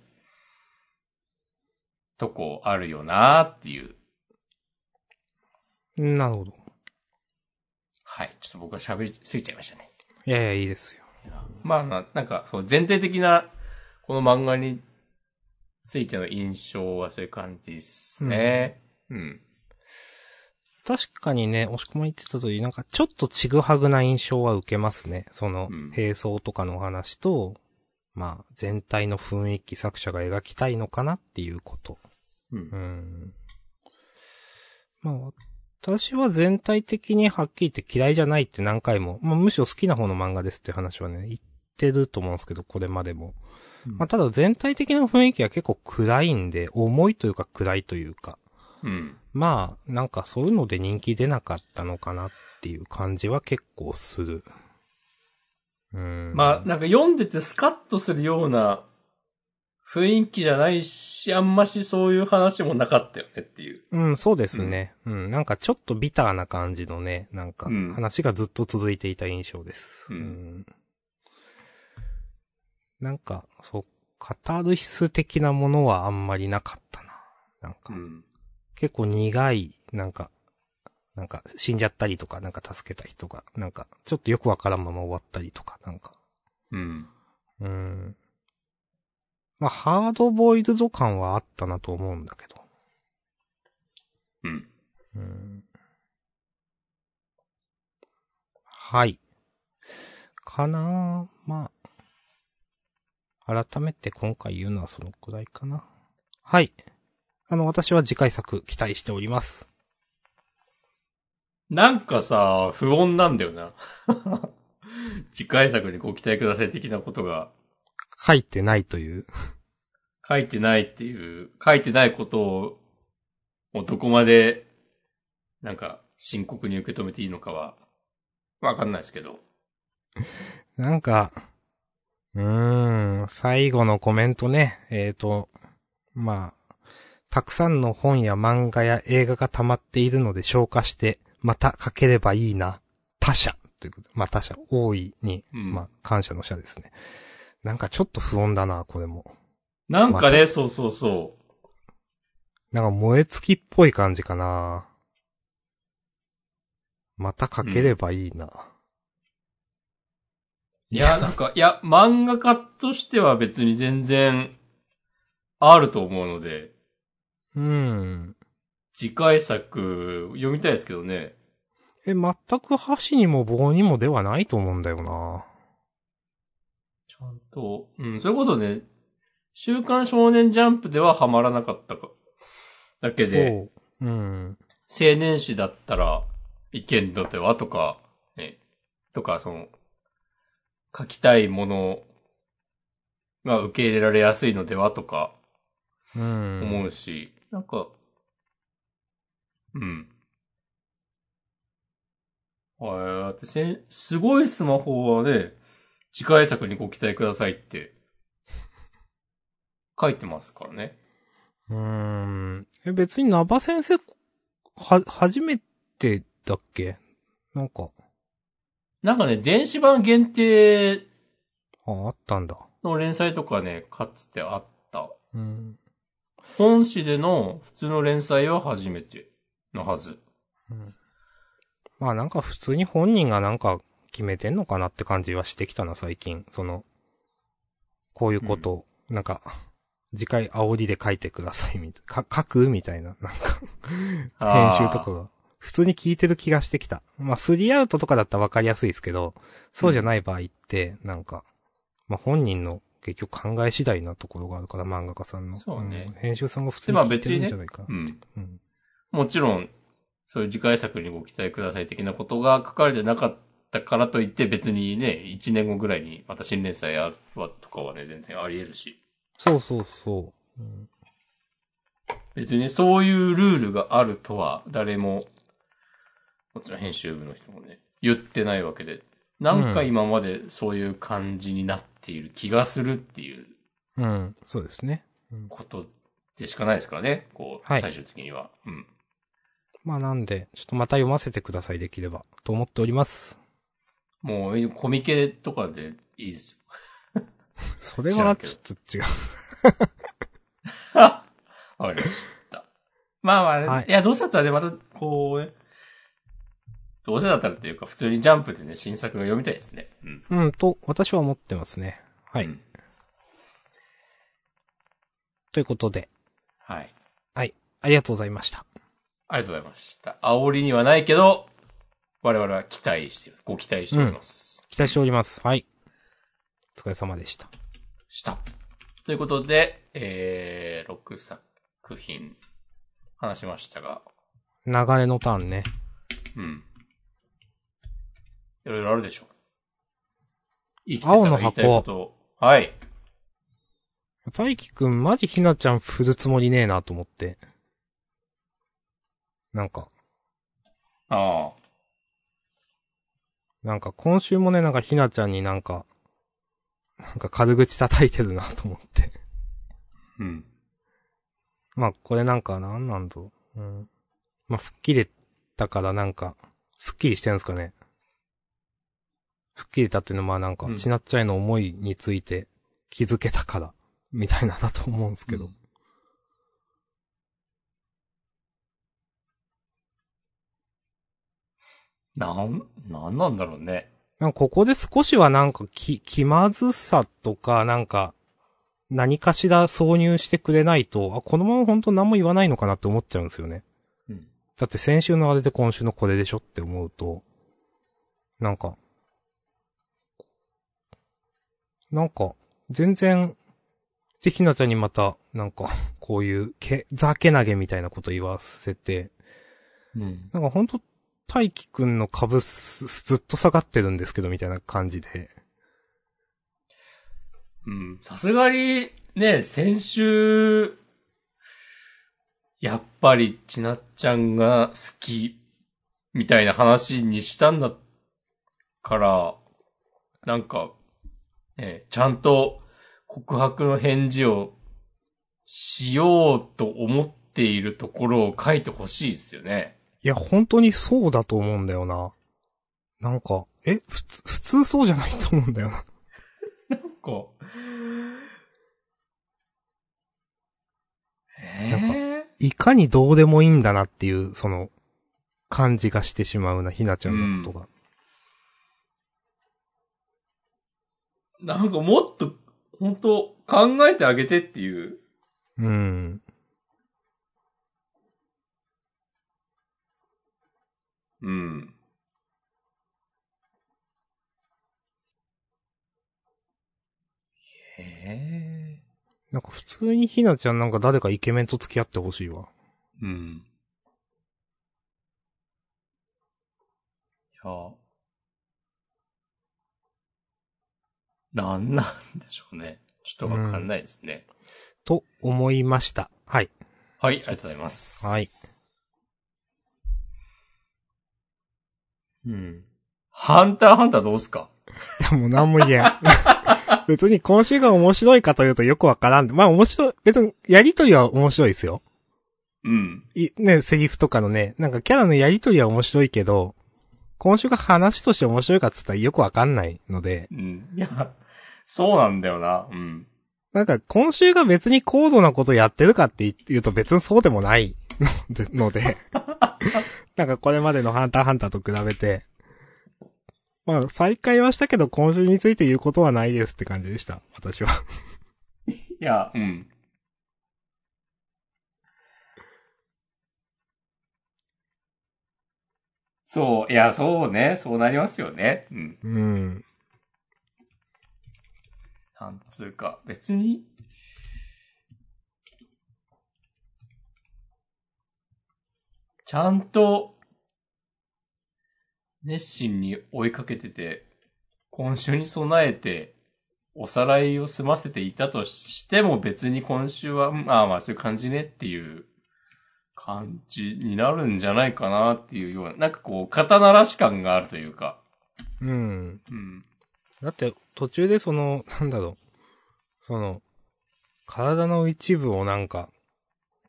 とこあるよなっていう。うん。なるほど。はい。ちょっと僕は喋りすぎちゃいましたね。いやいや、いいですよ。まあまあ、なんかそう全体的なこの漫画についての印象はそういう感じですね。うん。確かにね、押し込まれてたとり、なんかちょっとちぐはぐな印象は受けますね。そのうん、並走とかの話と、まあ、全体の雰囲気作者が描きたいのかなっていうこと。う。うんん。まあ、私は全体的にはっきり言って嫌いじゃないって何回も、まあ、むしろ好きな方の漫画ですっていう話はね、言ってると思うんですけど、これまでも。うんまあ、ただ全体的な雰囲気は結構暗いんで、重いというか暗いというか。うん。まあ、なんかそういうので人気出なかったのかなっていう感じは結構する。うん。まあ、なんか読んでてスカッとするような雰囲気じゃないし、あんましそういう話もなかったよねっていう。うん、そうですね。うん、なんかちょっとビターな感じのね、なんかうん話がずっと続いていた印象です。うんなんか、そう、カタルヒス的なものはあんまりなかったな。なんか、ん。結構苦い、なんか、なんか死んじゃったりとか、なんか助けた人が、なんか、ちょっとよくわからんまま終わったりとか、なんか、うん。うん。まあ、ハードボイルド感はあったなと思うんだけど。うん。うんはい。かなぁまあ。改めて今回言うのはそのくらいかな。はい。あの、私は次回作期待しております。なんかさ、不穏なんだよな。 次回作にご期待ください的なことが書いてないという。書いてないっていう、書いてないことを、もうどこまで、なんか、深刻に受け止めていいのかは、わかんないですけど。なんか、うーん、最後のコメントね。えーと、まあ、たくさんの本や漫画や映画が溜まっているので消化して、また書ければいいな。他者。ということでまあ他者、大いに、うんまあ感謝の者ですね。なんかちょっと不穏だな、これも。なんかね、そうそうそう。なんか燃え尽きっぽい感じかな。また書ければいいな。いや、なんか、いや、漫画家としては別に全然、あると思うので、うん。次回作、読みたいですけどね。え、全く箸にも棒にもではないと思うんだよな。ちゃんと、うん、そういうことね、週刊少年ジャンプではハマらなかったか。だけで、そう。うん。青年誌だったら、意見の手はとか、ね、とか、その、書きたいものが受け入れられやすいのではとか、うん。思うし、なんか、うん。ああ、ってせん、すごいスマホはね、次回作にご期待くださいって、書いてますからね。うん。え、別にナバ先生、は、初めてだっけなんか、なんかね、電子版限定あ、あったんだ。の連載とかね、かつてあった。うん。本誌での普通の連載は初めてのはず。うんまあなんか普通に本人がなんか決めてんのかなって感じはしてきたな、最近。その、こういうことを、なんか、次回煽りで書いてください、みたいな。か、書くみたいな、なんかあー編集とかが。普通に聞いてる気がしてきた。まあ、スリーアウトとかだったらわかりやすいですけど、そうじゃない場合って、なんか、まあ、本人の結局考え次第なところがあるから、漫画家さんの。そうねん編集さんが普通に聞いてるんじゃないかな。うん。うん。もちろん、そういう次回作にご期待ください的なことが書かれてなかったからといって別にね、1年後ぐらいにまた新連載やるわとかはね、全然あり得るし。そうそうそう。うん別にねそういうルールがあるとは、誰も、こっちの編集部の人もね、言ってないわけで、なんか今までそういう感じになっている気がするっていううん、そうですね。ことでしかないですからね、こう、はい最終的には。うん。まあなんで、ちょっとまた読ませてください、できれば、と思っております。もう、コミケとかでいいですそれ知らはんけどちょっと違う。 よ。わかりました。まあまあ、はいい、や、どうせだったらね、また、こう、ね、どうせだったらっていうか、普通にジャンプでね、新作が読みたいですね。うん。うん、と、私は思ってますね。はい。うんということで、はい。はい。ありがとうございました。ありがとうございました。煽りにはないけど、我々は期待してる。ご期待しております。期待しております。はい。お疲れ様でした。した。ということで、えー、6作品、話しましたが、流れのターンね。うん。いろいろあるでしょう。生きてた青のら言い箱たいことをはい。大輝くん、マジひなちゃん振るつもりねえなと思って。なんか、ああ。なんか今週もね、なんかひなちゃんになんか、なんか軽口叩いてるなと思って。 うん。まあ、これなんか、なんなんだろう。うん。まあ、吹っ切れたからなんか、すっきりしてるんですかね。吹っ切れたっていうのは、まあなんかう、んちなっちゃいの思いについて気づけたから、みたいなだと思うんですけど。うんなん、なんなんだろうね。なんかここで少しはなんか気、気まずさとか、なんか、何かしら挿入してくれないと、あ、このまま本当何も言わないのかなって思っちゃうんですよね。うん。だって先週のあれで今週のこれでしょって思うと、なんか、なんか、全然、で、ひなちゃんにまた、なんか、 こういう、け、ざけなげみたいなこと言わせて、うん。なんかほんと、大輝くんの株す、ずっと下がってるんですけど、みたいな感じで。うん。さすがに、ね、先週、やっぱり、ちなっちゃんが好き、みたいな話にしたんだから、なんか、ね、ちゃんと告白の返事をしようと思っているところを書いてほしいですよね。いや、本当にそうだと思うんだよな。なんか、え、普通、普通そうじゃないと思うんだよな。こう。なんかえいかにどうでもいいんだなっていう、その、感じがしてしまうな、ひなちゃんのことが。ー、なんかもっと、本当考えてあげてっていう。うん。うん。へえ。なんか普通にひなちゃんなんか誰かイケメンと付き合ってほしいわ。うん。いや。なんなんでしょうね。ちょっとわかんないですね。と思いました。はい。 はい、ありがとうございます。はい。うん。ハンターハンターどうすかいや、もうなんも言えん。 別に今週が面白いかというとよくわからん。まあ面白い、別にやりとりは面白いですよ。うん。い、ね、セリフとかのね、なんかキャラのやりとりは面白いけど、今週が話として面白いかっつったらよくわかんないので、うん。いや、そうなんだよな。うん。なんか今週が別に高度なことやってるかって言うと別にそうでもない ので、のでなんかこれまでのハンターハンターと比べて、まあ再開はしたけど今週について言うことはないですって感じでした、私は。いや、うん。そう、いや、そうね、そうなりますよね。うん。うん。なんつうか、別に。ちゃんと、熱心に追いかけてて、今週に備えて、おさらいを済ませていたとしても別に今週は、まあまあそういう感じねっていう感じになるんじゃないかなっていうような、なんかこう、肩慣らし感があるというか。うん。うん。だって、途中でその、なんだろう。その、体の一部をなんか、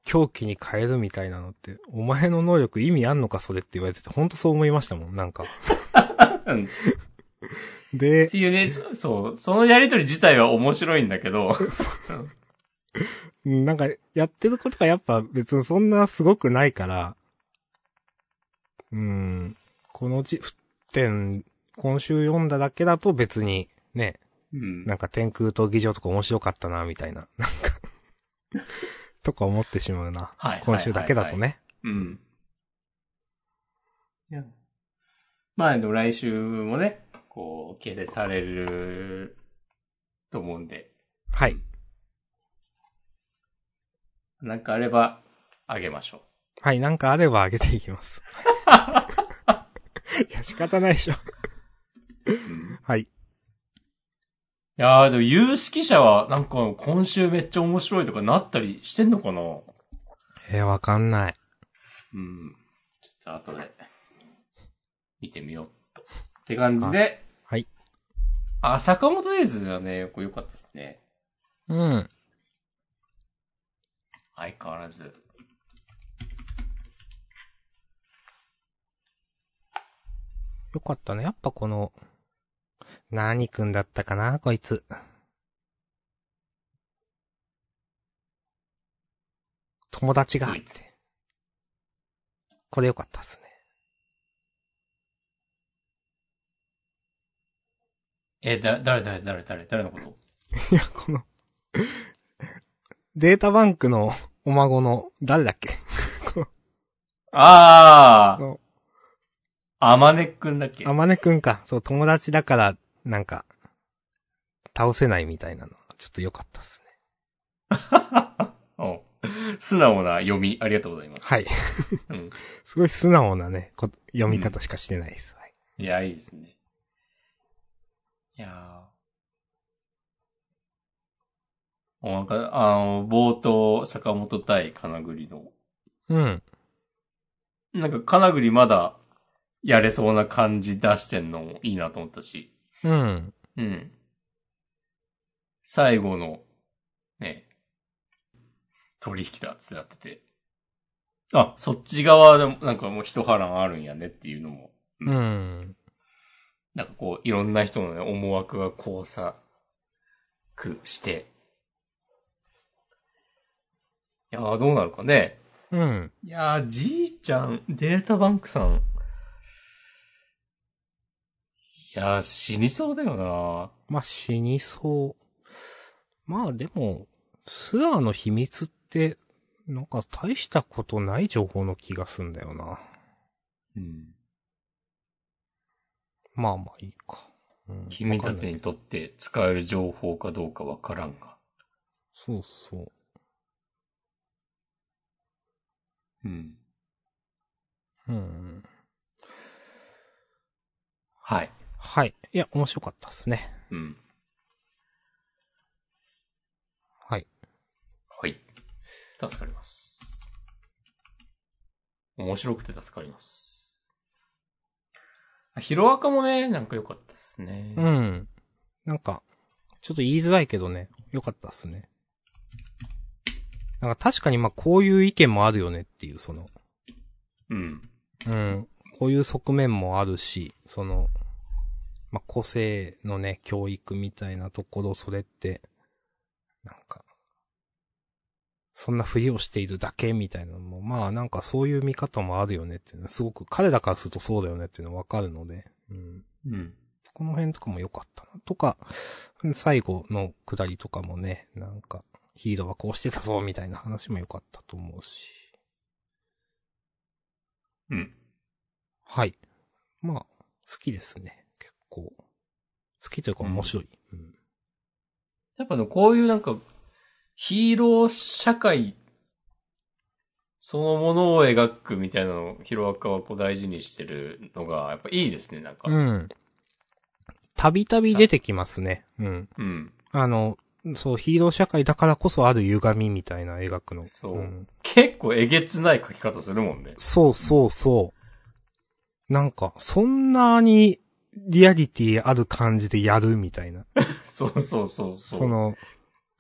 狂気に変えるみたいなのって、お前の能力意味あんのかそれって言われてて、ほんとそう思いましたもん、なんか。うんっで、ていうね、そそう、そのやりとり自体は面白いんだけ ど、なんか、やってることがやっぱ別にそんなすごくないから、うん、このじ、点、今週読んだだけだと別に、ね、うん。なんか天空と議場とか面白かったな、みたいな。なんか、 とか思ってしまうな。はい今週だけだと。ね。うん。いやまあ、でも来週もね、こう、掲載されると思うんで、はい。なんかあれば、あげましょはい、なんかあれば上げていきます。 いや、仕方ないでしょ。う。うんはい。いやー、でも有識者は、なんか今週めっちゃ面白いとかなったりしてんのかなえー、わかんない。うん。ちょっと後で、見てみようと。って感じで、はい。あ、坂本レイズはね、これ良かったですね。うん。相変わらず。よかったね。やっぱこの、何くんだったかな、こいつ。友達がドイ、ツこれよかったっすね。え、だ、誰誰誰誰誰のこといや、この、データバンクのお孫の、誰だっけこあー、の、アマネくんだっけあまねくんか。そう、友達だから、なんか、倒せないみたいなの。ちょっと良かったっすね。うん素直な読み、ありがとうございます。はい。。うん。 すごい素直なね、こ読み方しかしてないです。はいいや、いいですね。いやー。もうなんか、あの、冒頭、坂本対金栗の、うん。なんか金栗まだやれそうな感じ出してんのもいいなと思ったし。うん。うん。最後の、ね、取引だってなってて。あ、そっち側でも、なんかもう一波乱あるんやねっていうのも、うん。なんかこう、いろんな人のね、思惑が交錯して。いやー、どうなるかね。うん。いやー、じいちゃん、データバンクさん。いやー、死にそうだよなまあ、死にそう。まあ、でも、スラーの秘密って、なんか大したことない情報の気がすんだよな。うん。まあまあいいか。うん君たち。わかんないにとって使える情報かどうかわからんが。そうそうう。ん。うん。はい。はい。いや、面白かったですね。うん。はい。はい。助かります。面白くて助かります。あヒロアカもね、なんか良かったですね。う。ん。なんか、ちょっと言いづらいけどね、よかったっすね。なんか確かにまあこういう意見もあるよねっていう、その、うん。うん。こういう側面もあるし、その、まあ、個性のね、教育みたいなところ、それって、なんか、そんなふりをしているだけみたいなのも、まあなんかそういう見方もあるよねっていうのは、すごく彼らからするとそうだよねっていうのはわかるので、うん。うん。この辺とかも良かったな。とか、最後の下りとかもね、なんか、ヒーローはこうしてたぞみたいな話も良かったと思うし。うん。はい。まあ、好きですね。結構。好きというか面白い。うん。やっぱね、こういうなんか、ヒーロー社会そのものを描くみたいなのをヒロアカはこう大事にしてるのが、やっぱいいですね、なんか。うん。たびたび出てきますね。うん。うん。あの、そう、ヒーロー社会だからこそある歪みみたいな描くの。そううん結構えげつない書き方するも んね。そうそうそう。なんか、そんなにリアリティある感じでやるみたいな。そうそうそうそう。その、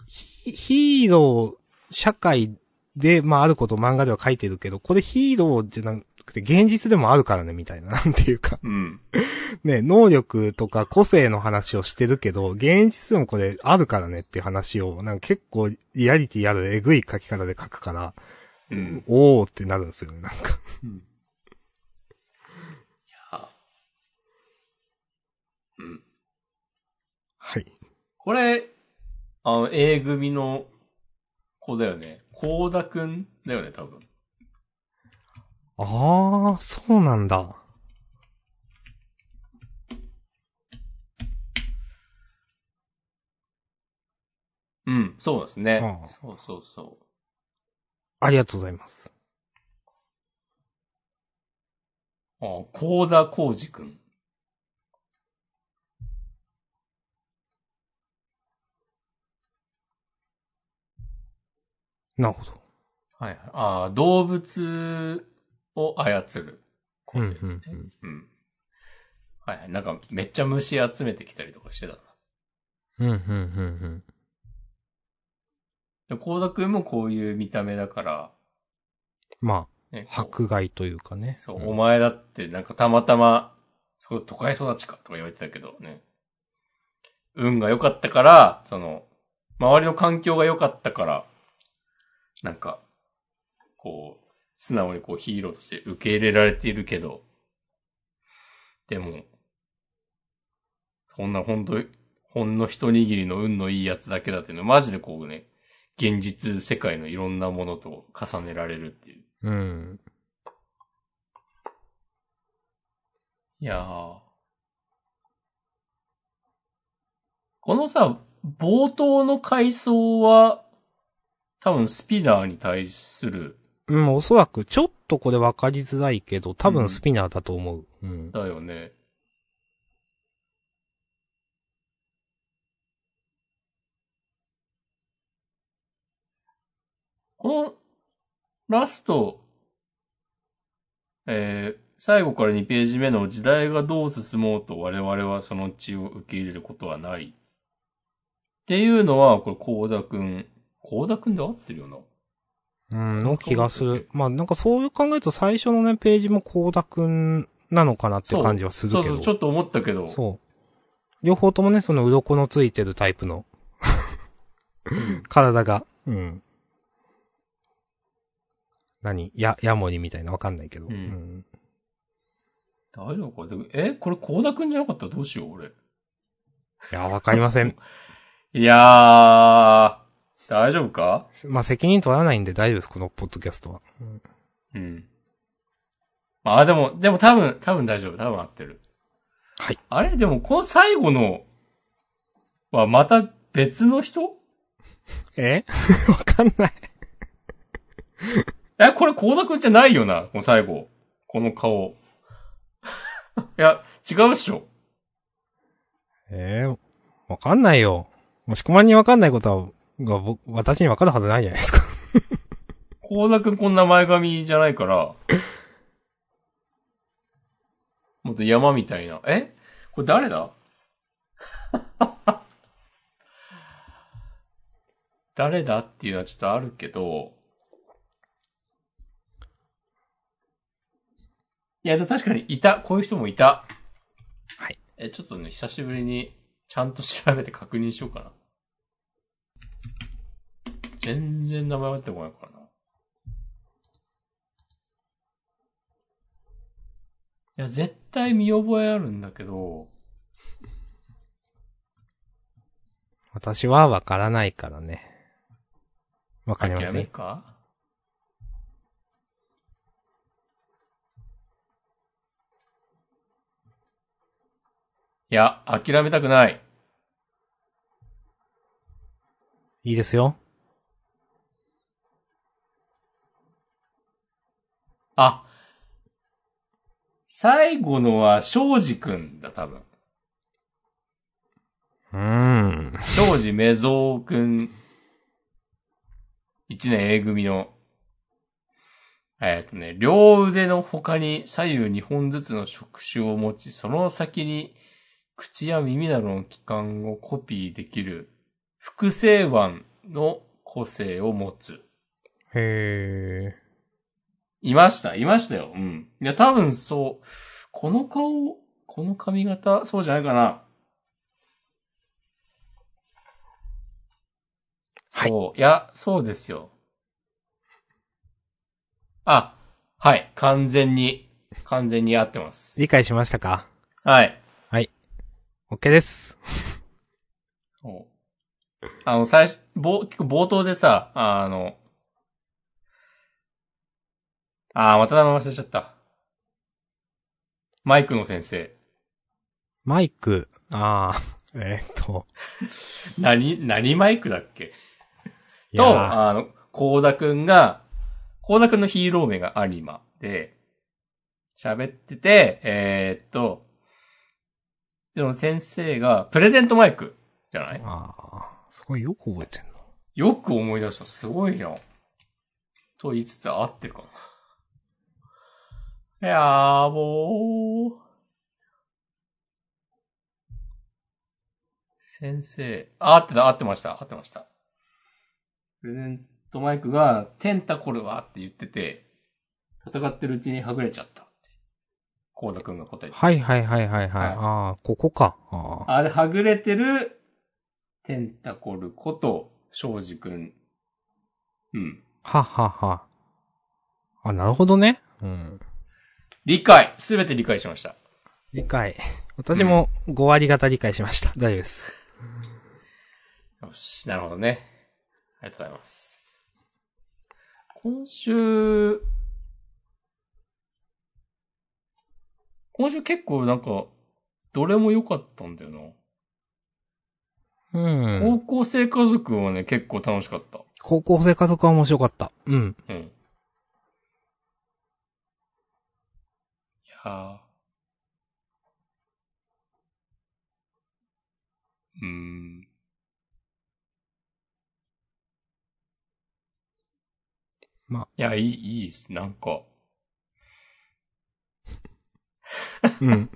ヒヒーロー社会で、まああることを漫画では書いてるけど、これヒーローじゃなくて現実でもあるからね、みたいな。 なんていうか。うん。ね、能力とか個性の話をしてるけど、現実でもこれあるからねっていう話を、なんか結構リアリティあるエグい書き方で書くから、うん。おーってなるんですよね、なんか。あうん。はい。これ、あの、A 組の子だよね。コ田くんだよね、多分。あー、そうなんだ。うん、そうですね。ああそうそうそう。ありがとうございます。ああ、高田浩二くん。なるほど。はいはい。ああ、動物を操る個性ですね。うんうんうんはいはい。なんか、めっちゃ虫集めてきたりとかしてたな。うん、うん、うん、で、高田くんもこういう見た目だから、うん。まねあ、、迫害というかね。そう、お前だってなんかたまたま、そう、都会育ちかとか言われてたけどね。運が良かったから、その、周りの環境が良かったから、なんか、こう、素直にこうヒーローとして受け入れられているけど、でも、そんな本当にほんの一握りの運のいいやつだけだっていうのは、マジでこうね、現実世界のいろんなものと重ねられるっていう。うん。いやーこのさ、冒頭の回想は、多分スピナーに対する、うん、おそらく、ちょっとこれ分かりづらいけど、多うん分スピナーだと思う。うん。だよね。この、ラスト、えー最後から2ページ目の時代がどう進もうと我々はその血を受け入れることはない。っていうのは、これ、高田くん。高田くんで合ってるよな。うん、の気がする。まあ、なんかそういう考えると最初のね、ページも光田くんなのかなって感じはするそうけそど。う、ちょっと思ったけど。そう両方ともね、その鱗のついてるタイプの 体が。うん。何や、ヤモリみたいなわかんないけど。うん大丈夫かでもえこれ高田くんじゃなかったらどうしよう、俺。いや、わかりません。いやー、大丈夫かまあ、責任取らないんで大丈夫です、このポッドキャストは。うん。まあでも、でも多分、多分大丈夫。多分合ってる。はい。あれでも、この最後の、はまた別の人えわかんない。え、これ高田くんじゃないよな、この最後。この顔。 いや、違うっしょ。えー、わかんないよ。もしこまんにわかんないことは、が、僕私にわかるはずないじゃないですか。 高田くんこんな前髪じゃない から、もっと山みたいな。えこれ誰だ 誰だっていうのはちょっとあるけど、いや、でも確かにいた。こういう人もいた。はい。え、ちょっとね、久しぶりにちゃんと調べて確認しようかな。全然名前は出てこないからな。いや、絶対見覚えあるんだけど、私はわからないからね。わかりませ諦めるん。かいや、諦めたくない。いいですよ。あ、最後のは庄司くんだ、多分。うーん。庄司めぞうくん、一年 A 組の、えーっとね、両腕の他に左右2本ずつの触手を持ち、その先に口や耳などの器官をコピーできる複製腕の個性を持つ。へいました、いましたよ。うん。いや、多分そう、この顔、この髪型、そうじゃないかな。はいそう、いや、そうですよ。あ、はい、完全に、完全に合ってまー。す。理解しましたかはい。 ?OK です。そうあの、最初、冒結構冒頭でさ、あの、あー、また名前忘れちゃった。マイクの先生。マイク、あー、 えーっと。何、何マイクだっけいと、やーあの、コーダくんが、コーダくんのヒーロー名がアニマで、喋ってて、えーっと、でも先生が、プレゼントマイクじゃないあー、すごいよく覚えてんの。よく思い出した。すごいな。と言いつつ合ってるかな。いやー、もう。先生。あ合ってた、合ってました、合ってました。プレゼントマイクが、テンタコルはって言ってて、戦ってるうちにはぐれちゃったって。コーダくんが答えて。はいはいはいはいはい。はいあー、ここか。あー。あれ、はぐれてる、テンタコルこと、庄司くん。うん。ははは。あ、なるほどね。うん。理解すべて理解しました。理解。私も5割方理解しました。大丈夫です。よし、なるほどね。ありがとうございます。今週、今週結構なんか、どれも良かったんだよな。うん高。校生家族はね、結構楽しかった。高校生家族は面白かった。うん。うん。いやーうーん。まあ。いや、いい、いいです。なんか、うん。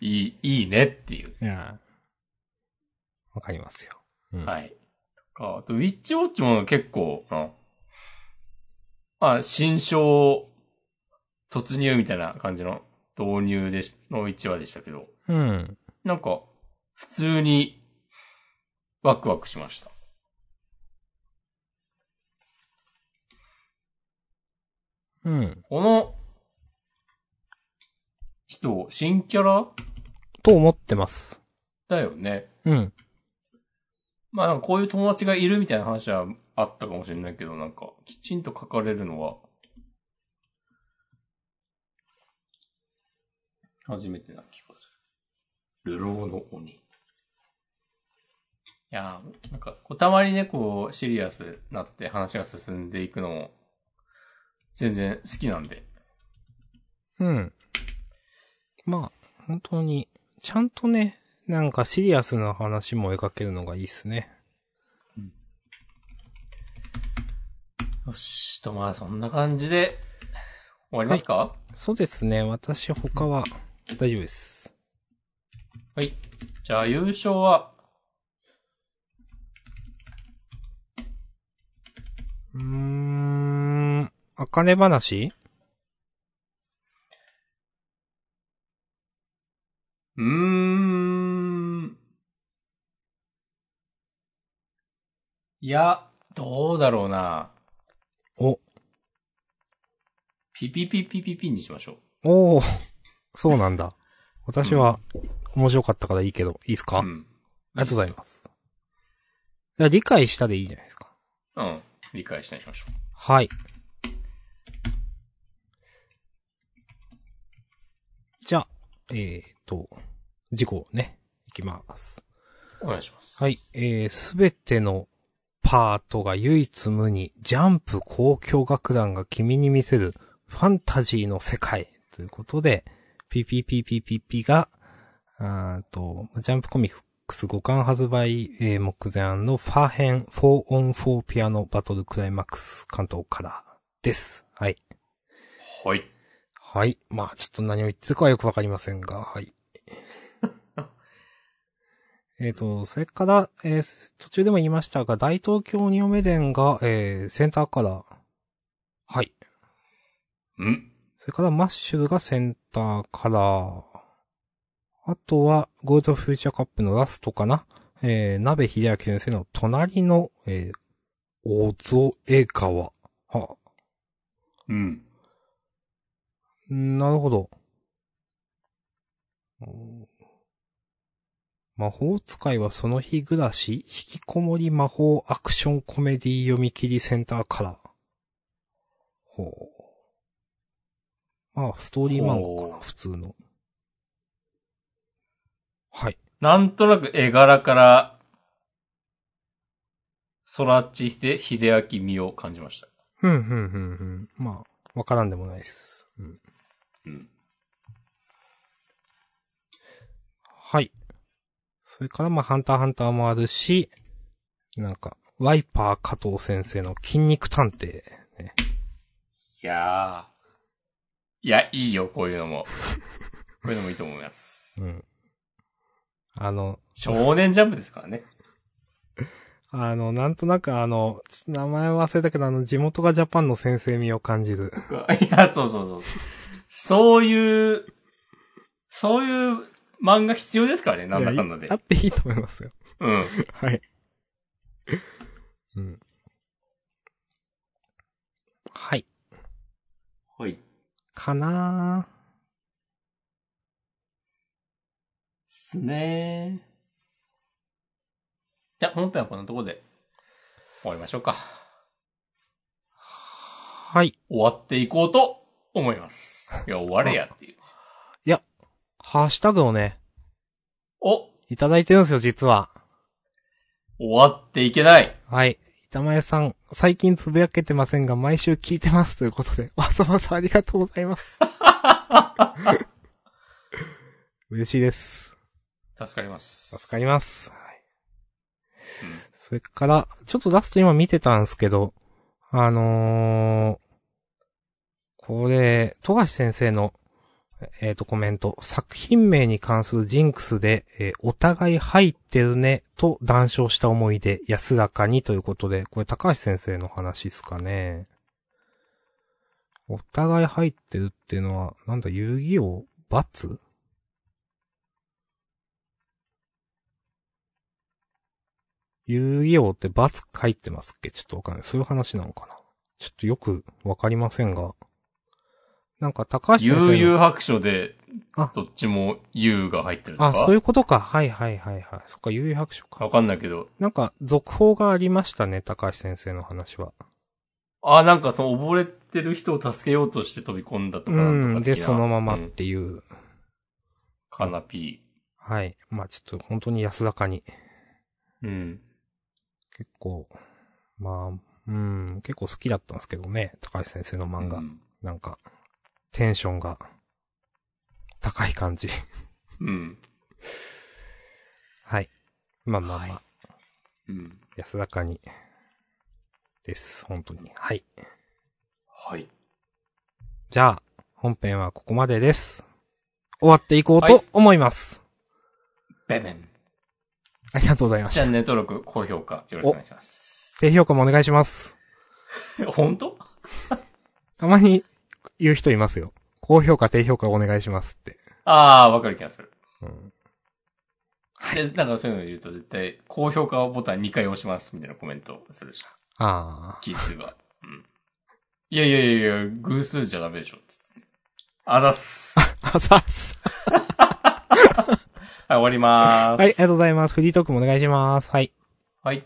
いい、いいねっていう。 いや。わかりますよ。うんはい。とか、あと、ウィッチウォッチも結構、うん。あ、新章突入みたいな感じの導入でし、の1話でしたけど、うん。なんか、普通に、ワクワクしました。うん。この、人、新キャラと思ってます。だよね。うん。まあなんかこういう友達がいるみたいな話はあったかもしれないけど、なんか、きちんと書かれるのは、初めてな気がする。流浪の鬼。いやー、なんか、こうたまにね、こう、シリアスになって話が進んでいくのも、全然好きなんで。うん。まあ、本当に、ちゃんとね、なんかシリアスな話も描けるのがいいっすね。よし、とまあそんな感じで、終わりますか、そうですね。私他は大丈夫です。はい。じゃあ優勝は、うーん。あかね話うーん。いや、どうだろうな。お、ピピピピピピにしましょおお、そうなんだ。私は、面白かったからいいけど、いいっすう。か、うん。ありがとうございます。じゃあ理解したでいいじゃないですか。うん。理解しないしましょう。はい。じゃあ、えーと、事項ね、いきます。お願いします。はい。。えー、すべてのパートが唯一無二、ジャンプ交響楽団が君に見せるファンタジーの世界ということで、PPPPPP が、あーと、ジャンプコミックス5巻発売、えー目前のファー編 4on4 ピアノバトルクライマックス関東からです。はい。はい。はい。まあ、ちょっと何を言ってるかはよくわかりませんが、はい。えっと、それから、えー途中でも言いましたが、大東京鬼嫁伝が、えーセンターカラー。はい。うん。それから、マッシュルがセンターカラー。あとは、ゴールドフューチャーカップのラストかな。えー、鍋秀明先生の隣の、えー、大蔵映画は。はあうん。なるほど。うん魔法使いはその日暮らし、引きこもり魔法アクションコメディ読み切りセンターから。ほう。まあ、ストーリー漫画ほかな、普通の。はい。なんとなく絵柄から、空知秀、秀明美を感じました。ふんふんふんふん。まあ、わからんでもないです。うんうん。はい。それから、まあ、ハンターハンターもあるし、なんか、ワイパー加藤先生の筋肉探い偵。やー。いや、いいよ、こういうの も。こういうのもいいと思います。うん。あの、少年ジャンプですからね。あの、なんとなくあの、ちょっと名前忘れたけど、あの、地元がジャパンの先生味を感じる。 いや、そうそうそう。そういう、そういう漫画必要ですからね、なんだかんだいでやいいあ。っていいと思いますよ。うん。はい。うん。はい。はい。かなーすねー。じゃあ、本編はこんなところで終わりましょうか。はい。終わっていこうと思います。いや、終われやっていう。ハッシュタグをね、おいただいてるんですよ、実は。終わっていけないはい。板前さん、最近つぶやけてませんが、毎週聞いてますということで、わざわざありがとうござい ます。嬉しいです。助かります。助かります。はいそれから、ちょっとラスト今見てたんですけど、あのー、これ、富樫先生の、えっ、と、コメント。作品名に関するジンクスで、えーお互い入ってるね、と談笑した思い出、安らかにということで、これ高橋先生の話ですかね。お互い入ってるっていうのは、なんだ、遊戯王罰遊戯王って罰入ってますっけちょっとわかんない。そういう話なのかなちょっとよくわかりませんが。なんか高橋先生の。悠々白書であ、どっちも U が入ってるとか。あ、そういうことか。はいはいはいはい。そっか、悠々白書かわ。かんないけど。なんか、続報がありましたね、高橋先生の話は。あ、なんかその溺れてる人を助けようとして飛び込んだとうかなんとかん。で、的なそのままうっんていう。カナピはい。まあちょっと本当に安らかに。ー。うん。結構、まあ、うん、結構好きだったんですけどね、高橋先生の漫画。うんなんか、テンションが、高い感じ。うん。 はい。まあまあまあ、はいうん。安らかに。です、本当に。はい。はい。じゃあ、本編はここまでです。終わっていこうはとい思います。ベベン。ありがとうございましチャたン。ネル登録、高評価、よろしくお願いします。低評価もお願いします。本当たまに言う人いますよ。高評価、低評価お願いしますって。ああ、わかる気がする。うん、で、なんかそういうの言うと絶対、高評価ボタン2回押します、みたいなコメントをするし、ああ。キーズ が。うん。いやいやいやいや、偶数じゃダメでしょ、つって。あざっす。 はい、あざっす。終わりまーす。はい、ありがとうございます。フリートークもお願いします。はい。はい。